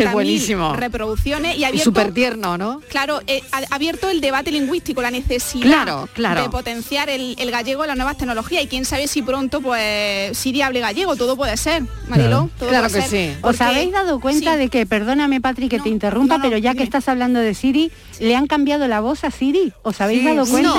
que
reproducciones y abierto...
Súper tierno, ¿no?
Claro, eh, ha abierto el debate lingüístico, la necesidad
claro, claro.
de potenciar el, el gallego en las nuevas tecnologías y quién sabe si pronto pues Siria hable gallego, todo puede ser, Mariló,
claro. claro
puede
que ser. sí.
¿Os Porque... habéis dado cuenta sí. de que, perdóname Patrick que no, te interrumpa, no, no, pero ya dime. que estás hablando de Siri, sí. ¿le han cambiado la voz a Siri? ¿Os habéis sí. dado cuenta?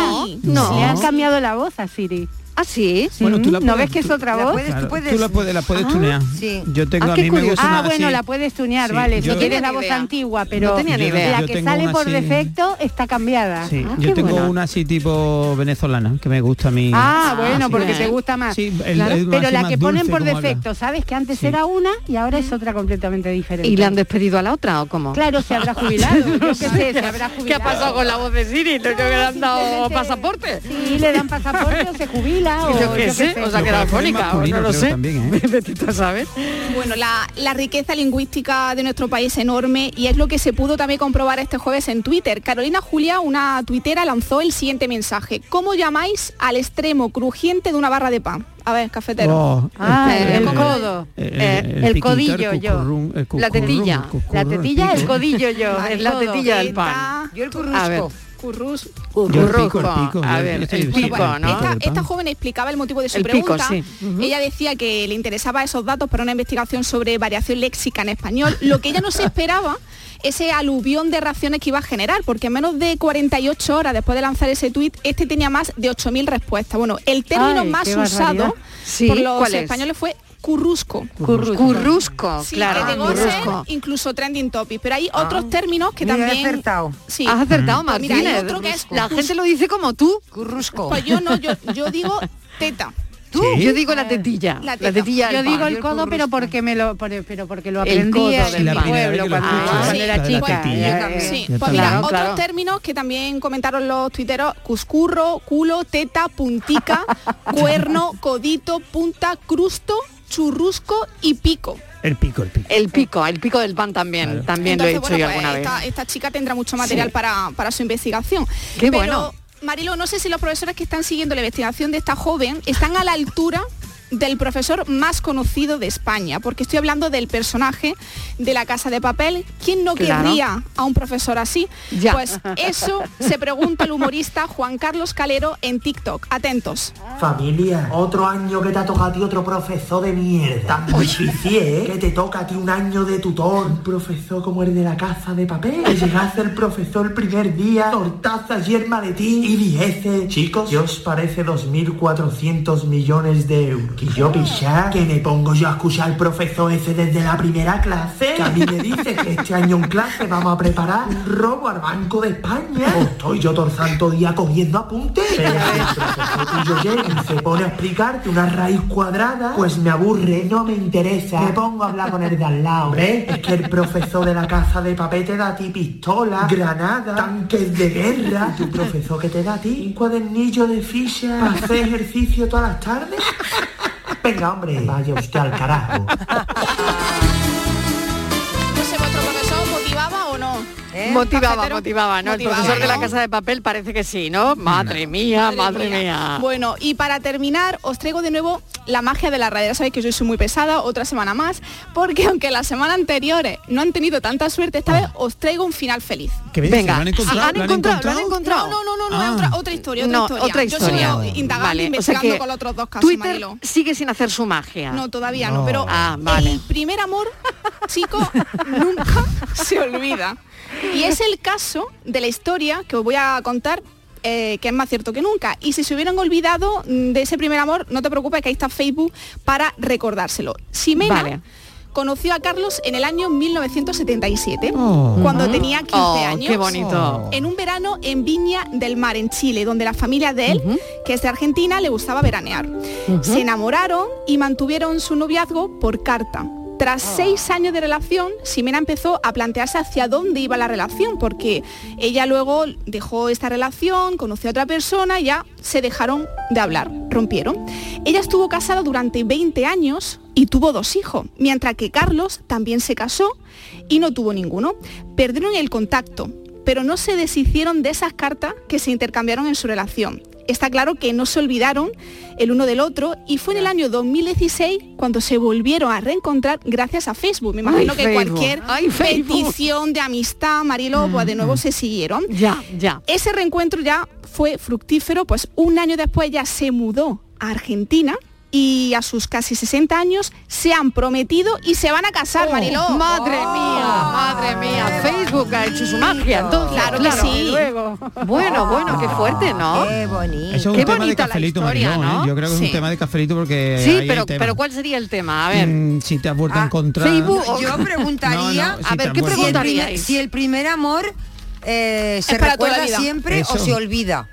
No,
le han cambiado la voz a Siri.
¿Ah, sí?
Bueno, ¿tú la puedes, ¿No ves que es otra
la
voz?
Puedes, claro, tú, puedes... tú, la puedes, la puedes ah, tunear. Sí. Yo tengo
ah,
a mí me gusta
Ah,
una
bueno,
así.
la puedes tunear, sí, vale. Yo, no tienes la voz antigua, pero
no tenía ni idea.
la que sale por así... defecto está cambiada.
Sí. Ah, yo tengo bueno. una así tipo venezolana, que me gusta a mí.
Ah, bueno, porque te gusta más.
Sí, el, claro. el, el,
pero la que ponen por defecto, habla. ¿sabes? Que antes era una y ahora es otra completamente diferente.
¿Y le han despedido a la otra o cómo?
Claro, se habrá jubilado. Yo qué sé, se habrá jubilado.
¿Qué ha pasado con la voz de Siri? ¿Le han dado pasaporte?
Sí, le dan pasaporte o se jubila o
yo qué sé, o sea, que la fónica, o no lo sé. También, ¿eh? sabes?
Bueno, la, la, riqueza lingüística de nuestro país es enorme y es lo que se pudo también comprobar este jueves en Twitter. Carolina Julia, una tuitera, lanzó el siguiente mensaje. ¿Cómo llamáis al extremo crujiente de una barra de pan? A ver, cafetero.
Oh, ah, el, el, el, codo.
Eh,
El, el codillo yo.
eh,
La tetilla.
La tetilla, el codillo yo.
Es la tetilla del pan.
Yo el currusco.
Currus,
currusco. A ver,
el pico, ¿no?
Esta, esta, joven explicaba el motivo de su
el
pregunta.
Pico, sí. uh
-huh. Ella decía que le interesaba esos datos para una investigación sobre variación léxica en español. Lo que ella no se esperaba ese aluvión de reacciones que iba a generar, porque en menos de 48 horas después de lanzar ese tuit, este tenía más de 8.000 respuestas. Bueno, el término Ay, más usado sí, por los es? españoles fue currusco.
Currusco, currusco sí, claro.
Que currusco. Ser incluso trending topic, pero hay otros ah, términos que también...
He acertado.
Sí.
Has acertado, Martínez. Pues mira, hay otro
que es
la gente lo dice como tú.
Currusco.
Pues yo no, yo, yo digo teta.
¿Tú? ¿Sí? Yo digo la tetilla.
La,
la tetilla
yo digo el codo, pero porque me lo pero porque lo aprendí en mi pueblo cuando, ah, sí, era chica.
Pues, sí. pues mira, claro, otros claro. términos que también comentaron los tuiteros, cuscurro, culo, teta, puntica, cuerno, codito, punta, crusto, churrusco y pico.
El pico, el pico.
El pico, el pico del pan también, claro. también Entonces, lo he hecho bueno, yo alguna
pues, esta,
vez.
Esta chica tendrá mucho material para, para su investigación.
Qué pero, bueno
Marilo, no sé si los profesores que están siguiendo la investigación de esta joven están a la altura del profesor más conocido de España, porque estoy hablando del personaje de la Casa de Papel. ¿Quién no
Claro.
querría a un profesor así?
Ya.
Pues eso se pregunta el humorista Juan Carlos Calero en TikTok. Atentos.
Ah. Familia, otro año que te ha tocado a ti otro profesor de mierda. Tan difícil, ¿eh? Que te toca a ti un año de tutor. Un profesor como el de la casa de papel. Que llegaste el profesor el primer día, tortaza yerma de ti y dijese, chicos, ¿qué os parece 2.400 millones de euros? Que yo pichá, que me pongo yo a escuchar al profesor ese desde la primera clase. Que a mí me dice que este año en clase vamos a preparar un robo al Banco de España. O estoy yo todo el santo día cogiendo apuntes. Pero el profesor que yo llegue y se pone a explicarte una raíz cuadrada, pues me aburre, no me interesa. Me pongo a hablar con el de al lado. ¿Ves? Es que el profesor de la casa de papel te da a ti pistola, granada, tanques de guerra. ¿Y tu profesor que te da a ti? Un cuadernillo de ficha para hacer ejercicio todas las tardes. Venga, hombre, vaya usted al carajo.
No sé, vuestro profesor motivaba o no.
Motivaba,
Cafetero.
motivaba, ¿no?
Motivaba,
el profesor de la
¿no?
casa de papel parece que sí, ¿no? Madre mía, madre mía.
Bueno, y para terminar, os traigo de nuevo la magia de la radio. Ya sabéis que yo soy muy pesada, otra semana más, porque aunque las semanas anteriores eh, no han tenido tanta suerte, esta vez os traigo un final feliz. Ah,
¿Qué me dices?
Venga,
¿Lo han encontrado?
¿han
¿Lo han
encontrado? ¿Lo han
encontrado?
encontrado?
No, no, no, no,
Ah.
otra, otra historia, otra
No,
historia.
otra historia.
Yo sigo indagando,
Vale, o sea
investigando
que
con los otros dos casos,
Twitter
Marilo.
sigue sin hacer su magia.
No, todavía no,
No.
pero
Ah, vale.
el primer amor, chico, nunca se olvida. Y es el caso de la historia que os voy a contar. eh, que es más cierto que nunca. Y si se hubieran olvidado mm, de ese primer amor, no te preocupes que ahí está Facebook para recordárselo. Ximena
Vale.
conoció a Carlos en el año 1977,
Oh.
cuando
Ujú.
tenía 15
Oh, qué
años.
bonito.
En un verano en Viña del Mar, en Chile, donde la familia de él, que es de Argentina, le gustaba veranear. Se enamoraron y mantuvieron su noviazgo por carta. Tras seis años de relación, Ximena empezó a plantearse hacia dónde iba la relación, porque ella luego dejó esta relación, conoció a otra persona, y ya se dejaron de hablar, rompieron. Ella estuvo casada durante 20 años y tuvo dos hijos, mientras que Carlos también se casó y no tuvo ninguno. Perdieron el contacto, pero no se deshicieron de esas cartas que se intercambiaron en su relación. Está claro que no se olvidaron el uno del otro y fue en el año 2016 cuando se volvieron a reencontrar gracias a Facebook. Me imagino
Ay,
que
Facebook.
cualquier
Ay, Facebook. Mm.
petición de amistad, Marilo, pues de nuevo se siguieron.
Ya, ya.
Ese reencuentro ya fue fructífero, pues un año después ya se mudó a Argentina y a sus casi 60 años se han prometido y se van a casar, Mariló.
Oh,
Oh.
Madre mía, madre mía. Facebook ha hecho su magia, entonces.
Claro que sí.
Bueno, bueno, qué fuerte, ¿no?
Qué bonito.
Eso es un
Qué
tema de
bonita la
cafelito,
historia,
Mariló, ¿eh?
¿no?
Yo creo que es
Sí.
un tema de cafelito porque...
Sí,
ahí
pero,
Eh, hay temas.
pero ¿cuál sería el tema? A ver. Ah,
Mm, si te has vuelto a encontrar...
Facebook o-
Yo preguntaría,
No, no,
a
sí,
ver,
tan
¿qué
bueno.
preguntaría?
preguntaríais?
Si el primer amor eh, se
para toda
recuerda
la vida.
siempre o
Eso.
se olvida.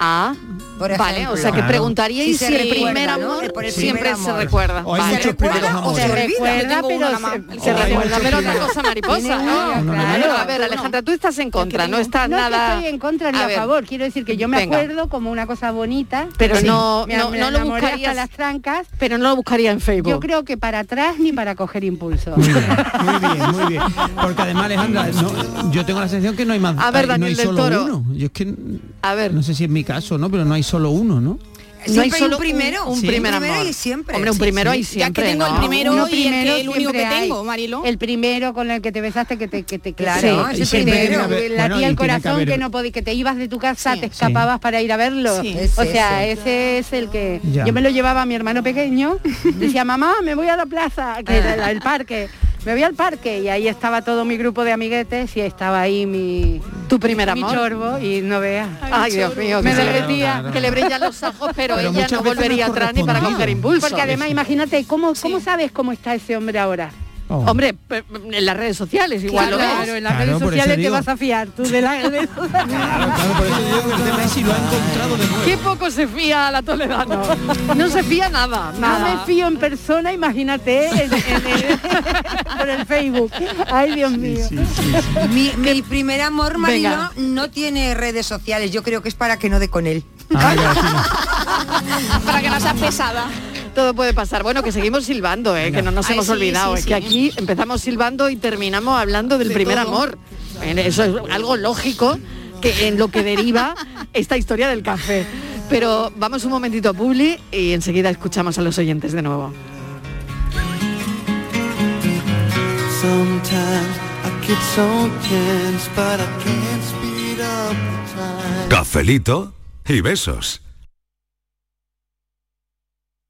Ah,
Por
vale,
ejemplo.
o sea que
Claro.
preguntaríais
Si
si,
se
el
recuerda,
primer
¿no?
amor
De por el primer
siempre se
amor.
recuerda.
O hay
Vale.
muchos primeros
recuerda o
amores.
se olvida?
recuerda,
Yo tengo
pero
una
se,
más.
se
Oh,
recuerda,
hay
pero
muchos
otra cosa mariposa,
Tiene
¿no?
una,
No, no,
Claro,
claro.
a ver, Alejandra, tú estás en contra, no estás
No es que
nada...
estoy en contra ni
A
a,
ver,
favor, quiero decir que yo me
venga.
acuerdo como una cosa bonita.
Pero
Sí.
no-
Me-
no-
me
no lo
enamoré hasta
buscarías-
las trancas.
Pero no lo buscaría en Facebook.
Yo creo que para atrás ni para coger impulso.
Muy bien, muy bien. Porque además, Alejandra, no- yo tengo la sensación que no hay más.
A ver,
hay- no hay
Daniel del
solo
Toro.
uno. Yo es que
A ver.
no sé si es mi caso, ¿no? Pero no hay solo uno, ¿no?
Siempre hay un primero,
un,
sí.
primer
Un primero
amor.
y siempre.
Hombre, un
Sí,
primero hay
Ya que
siempre,
tengo
¿no?
el primero
Uno
y el, que
primero
el único que
siempre hay.
tengo, Marilo.
El primero con el que te besaste que te que te que
Claro,
te-
¿no?
que
Ese
te-
primero.
que te
Bueno, y
latía
tiene
el
que
corazón que,
haber-
no podía que te ibas de tu casa, te escapabas para ir a verlo.
Sí.
O
Ese,
sea,
ese.
ese es el que
Ya.
yo me lo llevaba a mi hermano pequeño, decía, "Mamá, me voy a la plaza, que era el parque." Me voy al parque y ahí estaba todo mi grupo de amiguetes y estaba ahí mi
Tu primer
mi
amor.
chorbo y no veas.
Ay, Dios mío,
Me
qué
derretía.
horror. que le brillan los ojos, pero,
Pero
ella
muchas
no
veces
volvería
no
atrás ni para
correspondido.
coger impulso.
Porque además, imagínate, ¿cómo, ¿cómo sabes cómo está ese hombre ahora?
Oh.
Hombre, pe- en las redes sociales igual lo ves.
Claro, en las
Claro, por
redes
eso
sociales te
digo.
vas a fiar tú de la de-
Claro, claro, por eso yo digo que el tema es si lo ha encontrado de nuevo.
Qué poco se fía la Toledano. No se fía nada,
No
nada.
me fío en persona, imagínate, en- en el- por el Facebook. Ay, Dios mío.
Mi, mi primer amor, Marilo,
Venga.
no tiene redes sociales. Yo creo que es para que no dé con él.
Ah, ya, sí.
Para que no seas pesada.
Todo puede pasar. Bueno, que seguimos silbando, ¿eh? que no nos
Ay,
hemos
sí,
olvidado.
sí,
es
sí.
que aquí empezamos silbando y terminamos hablando del primer amor. Eh, Eso es algo lógico que en lo que deriva esta historia del café. Pero vamos un momentito a Publi y enseguida escuchamos a los oyentes de nuevo.
Cafelito y besos.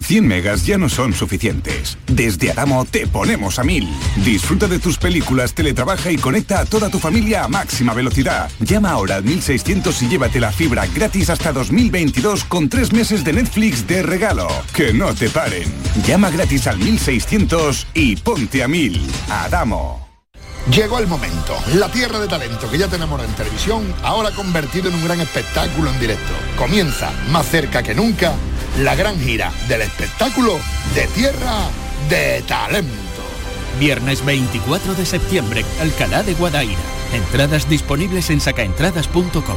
100 megas ya no son suficientes. Desde Adamo te ponemos a 1000. Disfruta de tus películas, teletrabaja y conecta a toda tu familia a máxima velocidad. Llama ahora al 1600 y llévate la fibra gratis hasta 2022 con tres meses de Netflix de regalo. Que no te paren. Llama gratis al 1600 y ponte a 1000. Adamo.
Llegó el momento, la tierra de talento que ya tenemos en televisión, ahora convertido en un gran espectáculo en directo. Comienza, más cerca que nunca, la gran gira del espectáculo de tierra de talento.
Viernes 24 de septiembre, Alcalá de Guadaira. Entradas disponibles en sacaentradas.com.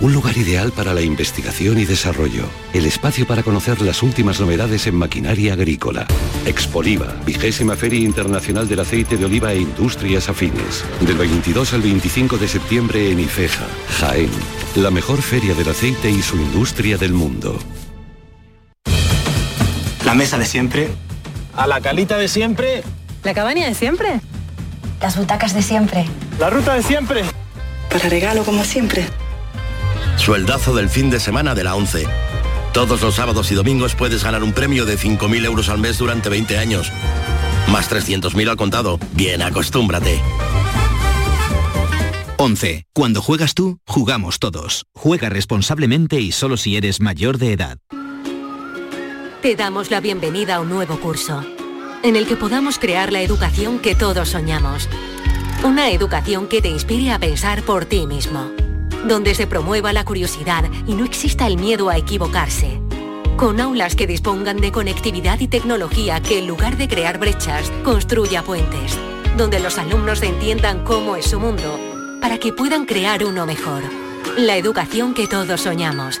Un lugar ideal para la investigación y desarrollo. El espacio para conocer las últimas novedades en maquinaria agrícola. Expoliva, vigésima Feria Internacional del Aceite de Oliva e Industrias Afines. Del 22 al 25 de septiembre en Ifeja, Jaén. La mejor feria del aceite y su industria del mundo.
La mesa de siempre.
A la calita de siempre.
La cabaña de siempre.
Las butacas de siempre.
La ruta de siempre.
Para regalo como siempre.
Sueldazo del fin de semana de la 11. Todos los sábados y domingos puedes ganar un premio de 5.000 euros al mes durante 20 años. Más 300.000 al contado. Bien, acostúmbrate.
11. Cuando juegas tú, jugamos todos. Juega responsablemente y solo si eres mayor de edad.
Te damos la bienvenida a un nuevo curso, en el que podamos crear la educación que todos soñamos. Una educación que te inspire a pensar por ti mismo donde se promueva la curiosidad y no exista el miedo a equivocarse. Con aulas que dispongan de conectividad y tecnología que en lugar de crear brechas, construya puentes, donde los alumnos entiendan cómo es su mundo, para que puedan crear uno mejor. La educación que todos soñamos.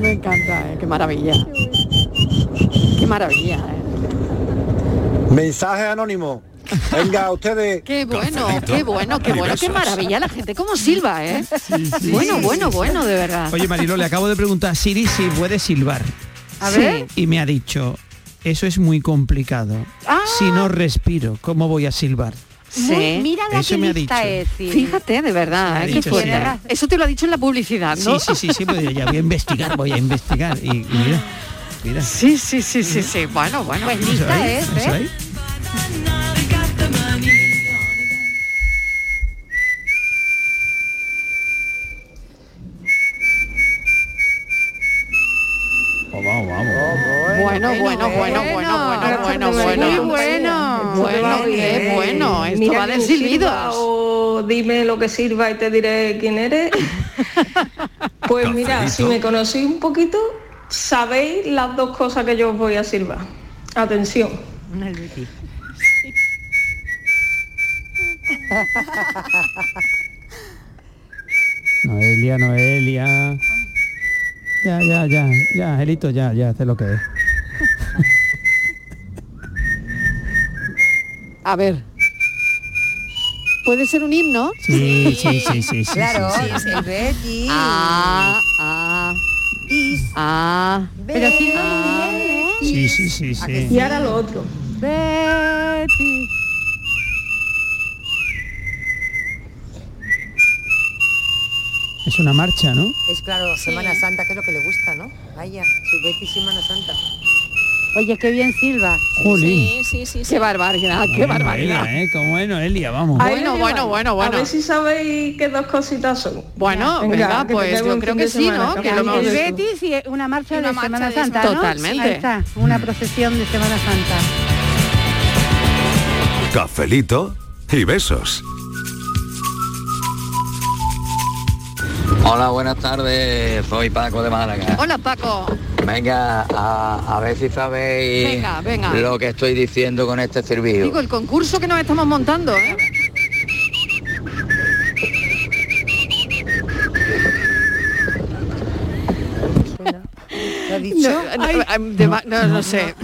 Me encanta, ¿eh? qué maravilla. Qué maravilla. ¿eh?
Mensaje anónimo. Venga, ustedes.
Qué bueno, qué bueno, qué bueno, qué maravilla la gente. ¿Cómo silba, eh? Sí, sí, bueno, sí, bueno, bueno, de verdad.
Oye, Marilo, le acabo de preguntar a Siri si puede silbar.
A ver.
Y me ha dicho, eso es muy complicado. Ah. Si no respiro, ¿cómo voy a silbar?
Sí. Muy,
mira la
Eso
que
me ha
lista
dicho.
es, sí.
Fíjate, de verdad, ¿eh?
dicho,
qué fuerte.
sí.
Eso te lo ha dicho en la publicidad,
Sí,
¿no?
sí, sí, sí, pues ya voy a investigar, voy a investigar. Y, y mira, mira.
Sí, sí, sí, sí, sí. Bueno, bueno.
Pues
¿Eso
lista
ahí?
es,
este,
¿Eso
¿eh?
ahí? Pues vamos, vamos.
Bueno, bueno, bueno, bueno, bueno, bueno, bueno.
Muy bueno.
Bueno, qué bueno. Esto va de silbidos.
O dime lo que sirva y te diré quién eres. Pues mira, si me conocí un poquito,
Sabéis las dos cosas que yo os voy a silbar. Atención.
Una Luti.
Noelia, Noelia. Ya, ya, ya, ya, Angelito, ya, ya, sé lo que es.
A ver. ¿Puede ser un himno?
Sí, sí, sí, sí, sí,
Claro,
sí, sí.
es el Betty.
Ah, ah. Ah.
Pero haciéndolo bien, ¿eh?
Sí, sí, sí, sí.
Y ahora lo otro.
Betty.
Es una marcha, ¿no?
Es claro, Semana Santa, que es lo que le gusta, ¿no? Vaya, su Betty Semana Santa.
Oye, qué bien silba.
Jolín.
sí, sí,
Qué barbaridad, Ah, qué
Bueno,
barbaridad.
Noelia, ¿eh? Como es Noelia, vamos.
Ahí
Bueno,
lo
bueno,
llevamos.
bueno, bueno.
A ver si sabéis qué dos cositas son.
Bueno, venga,
que
pues
tengáis
yo
buen
creo
fin
que
de
sí,
semana,
¿no? Que
campeones.
lo hemos
El Betis y una marcha
Una
de
marcha
Semana
de
Santa,
Semana-
¿no?
Totalmente.
Ahí está, una
Mm.
procesión de Semana Santa.
Cafelito y besos.
Hola, buenas tardes. Soy Paco de Málaga.
Hola, Paco.
Venga, a, a ver si sabéis
Eh,
Venga, venga.
lo que estoy diciendo con este servicio.
Digo, el concurso que nos estamos montando, ¿eh?
¿Lo ha dicho?
No, no, eh, de ma- no, no sé.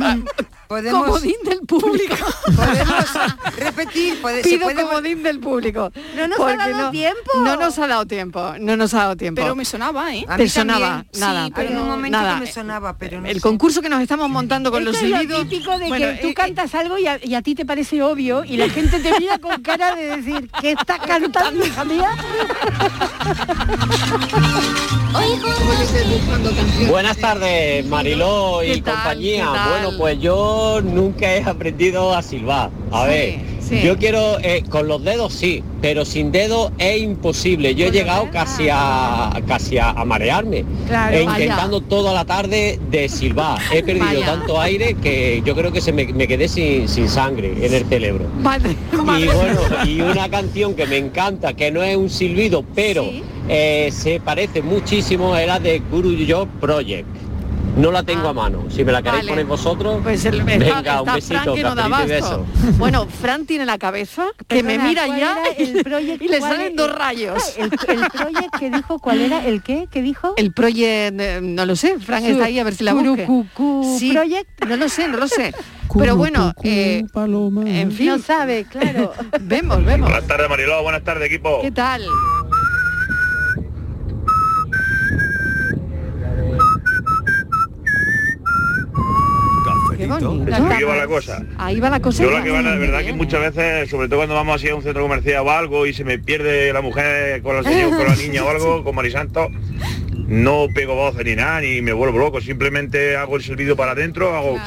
Podemos-
Comodín del público.
Podemos repetir, puede, se
Pido
puede
comodín del público.
No nos ha
porque
dado tiempo.
No nos ha dado tiempo. No nos ha dado tiempo.
Pero me sonaba, ¿eh?
Te sonaba, nada.
Sí, pero en un momento
nada.
que me sonaba, pero no
el
sé.
concurso que nos estamos montando con
Esto
los
es lo
silbidos.
típico de
Bueno,
que tú
eh,
cantas algo y a, y a ti te parece obvio y la gente te mira con cara de decir que estás cantando, hija mía?
Buenas tardes, Mariló
¿Qué
y
tal?
compañía.
¿Qué tal?
Bueno, pues yo nunca he aprendido a silbar. A
Sí,
ver,
sí.
yo quiero, eh, con los dedos sí, pero sin dedos es imposible. Yo he llegado casi a casi a, a marearme,
ah. Claro,
e
vaya.
intentando toda la tarde de silbar. He perdido
Vaya.
tanto aire que yo creo que se me, me quedé sin, sin sangre en el cerebro.
Madre,
Y
madre.
bueno, y una canción que me encanta, que no es un silbido, pero eh, se parece muchísimo, era de Guru Yo Project. No la tengo a mano. Si me la queréis
Ah. vale.
poner vosotros,
Pues el, está-
venga,
está
un
Fran
besito,
que no da
cafelito y
abasto.
beso.
Bueno, Fran tiene la cabeza que me
Perdona,
mira
¿cuál
ya
era el proyecto?
y le
¿Cuál
salen
es?
dos rayos.
El, el proyecto que dijo, ¿cuál era? ¿El qué? ¿Qué dijo?
El proyecto, no lo sé, Fran
Su-
está ahí a ver si la busque.
Curucucu
Sí,
Project.
no lo sé, no lo sé. Pero bueno, eh, en fin.
No sabe, claro.
vemos, vemos.
Buenas tardes, Mariló. Buenas tardes, equipo.
¿Qué tal? Qué bonito.
Aquí va la cosa.
Ahí va la cosa.
Yo la que va, la verdad que muchas veces, sobre todo cuando vamos así a un centro comercial o algo y se me pierde la mujer con la, señora, con la niña o algo, con Marisanto, no pego voces ni nada, ni me vuelvo loco, simplemente hago el servido para adentro, hago...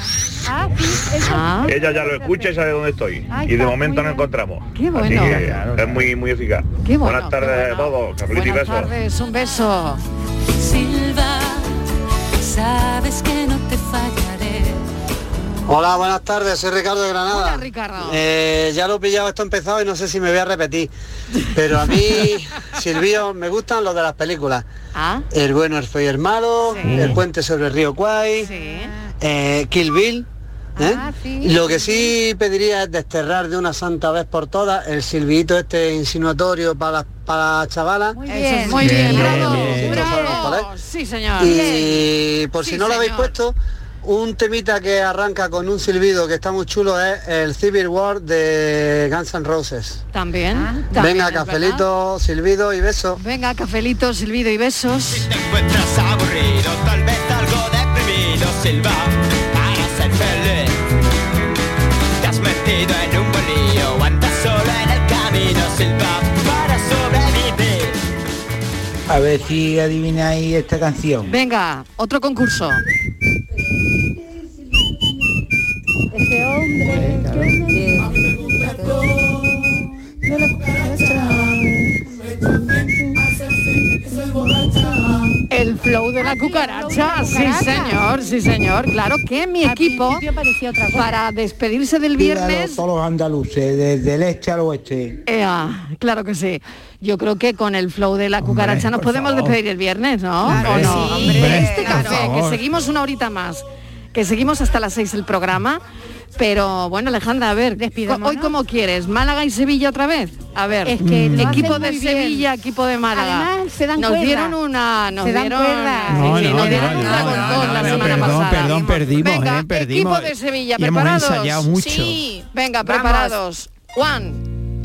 Ah, sí, eso-
Ella ya lo escucha y sabe dónde estoy.
Ahí
y de
está,
momento no encontramos.
Qué
Así
bueno.
que es muy, muy eficaz.
Qué bueno,
Buenas tardes
qué
a todos. Cafelito y
Buenas
besos.
tardes, un beso.
Silva, sabes que no te fallaré.
Hola, buenas tardes, soy Ricardo de Granada.
Hola, Ricardo.
Eh, ya lo he pillado esto empezado y no sé si me voy a repetir. Pero a mí, Silvio, me gustan los de las películas.
Ah,
El bueno, el feo y el malo, el puente sobre el río Kwai, eh, Kill Bill. ¿eh?
Ah,
Lo que sí pediría es desterrar de una santa vez por todas el silbito este insinuatorio para las para las chavalas. Muy
bien, muy bien, bravo, bravo.
¿eh?
Sí, señor.
Y por
Sí,
si no lo habéis
señor.
puesto, un temita que arranca con un silbido que está muy chulo es el Civil War de Guns N' Roses.
También. también
Venga,
es verdad.
cafelito, silbido y beso.
Venga, cafelito, silbido y besos.
encuentras aburrido, tal vez algo deprimido, silba para ser feliz. Te has metido en un bolillo, andas solo en el camino, silba para sobrevivir.
A ver si adivináis esta canción.
Venga, otro concurso.
Ese hombre que me No lo-
Ah, El flow de la cucaracha. Sí, señor, sí, señor. Claro que mi equipo, para despedirse del
Dígalo
viernes,
todos los andaluces, desde el este al oeste.
ea, claro que sí. Yo creo que con el flow de la cucaracha nos podemos despedir el viernes, ¿no?
Claro,
¿O no?
sí, hombre,
este
claro.
café,
por
que
favor.
seguimos una horita más, que seguimos hasta las seis el programa. Pero bueno, Alejandra, a ver, co- hoy como quieres, Málaga y Sevilla otra vez. A ver, mm,
Es que lo
equipo
hacen
de
muy bien.
Sevilla, equipo de Málaga.
Además, se dan
nos
cuerda.
dieron una, nos
Se dan
dieron,
cuerda.
sí,
No,
sí,
no,
nos
no,
dieron
no,
un
no,
dragón
no,
dos la
no,
semana
perdón,
pasada.
perdón, perdimos,
Venga,
eh, perdimos.
Equipo de Sevilla,
Y hemos
preparados.
ensayado mucho.
Sí. Venga, preparados. One,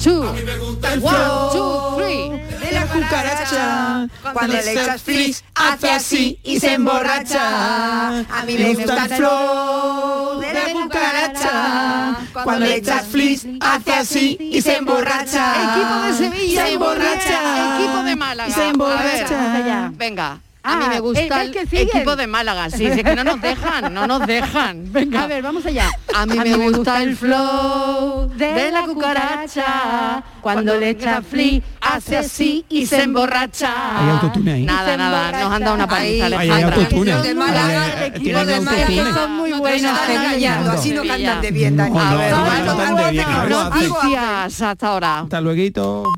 two, one, two, three. De la cucaracha.
Cuando le echas frizz, hace así y se emborracha. A mí me gusta el flow de la cucaracha. Cuando le echas frizz, hace así y se emborracha.
Equipo de Sevilla.
Se emborracha.
Equipo de Málaga.
Se
A ver,
emborracha.
venga.
Ah,
a mí me gusta
el- el
el,
que siguen.
equipo de Málaga, sí, es que no nos dejan, no nos dejan. Venga.
A ver, vamos allá.
A mí, me, gusta, el flow de la cucaracha. Cuando le echa fli, hace así y se emborracha.
Hay autotune ahí.
Nada, nada, nos han dado una paliza.
Ay,
Alejandra.
hay autotune.
De Málaga,
Ay,
equipo
tienen
de Málaga.
autotune.
Son muy buenos, Sevilla.
Así no
Sevilla.
cantan de bien, Dani.
No,
A
no,
ver,
no
bueno,
cantan de bien, algo hacen.
noticias hasta ahora.
Hasta luego.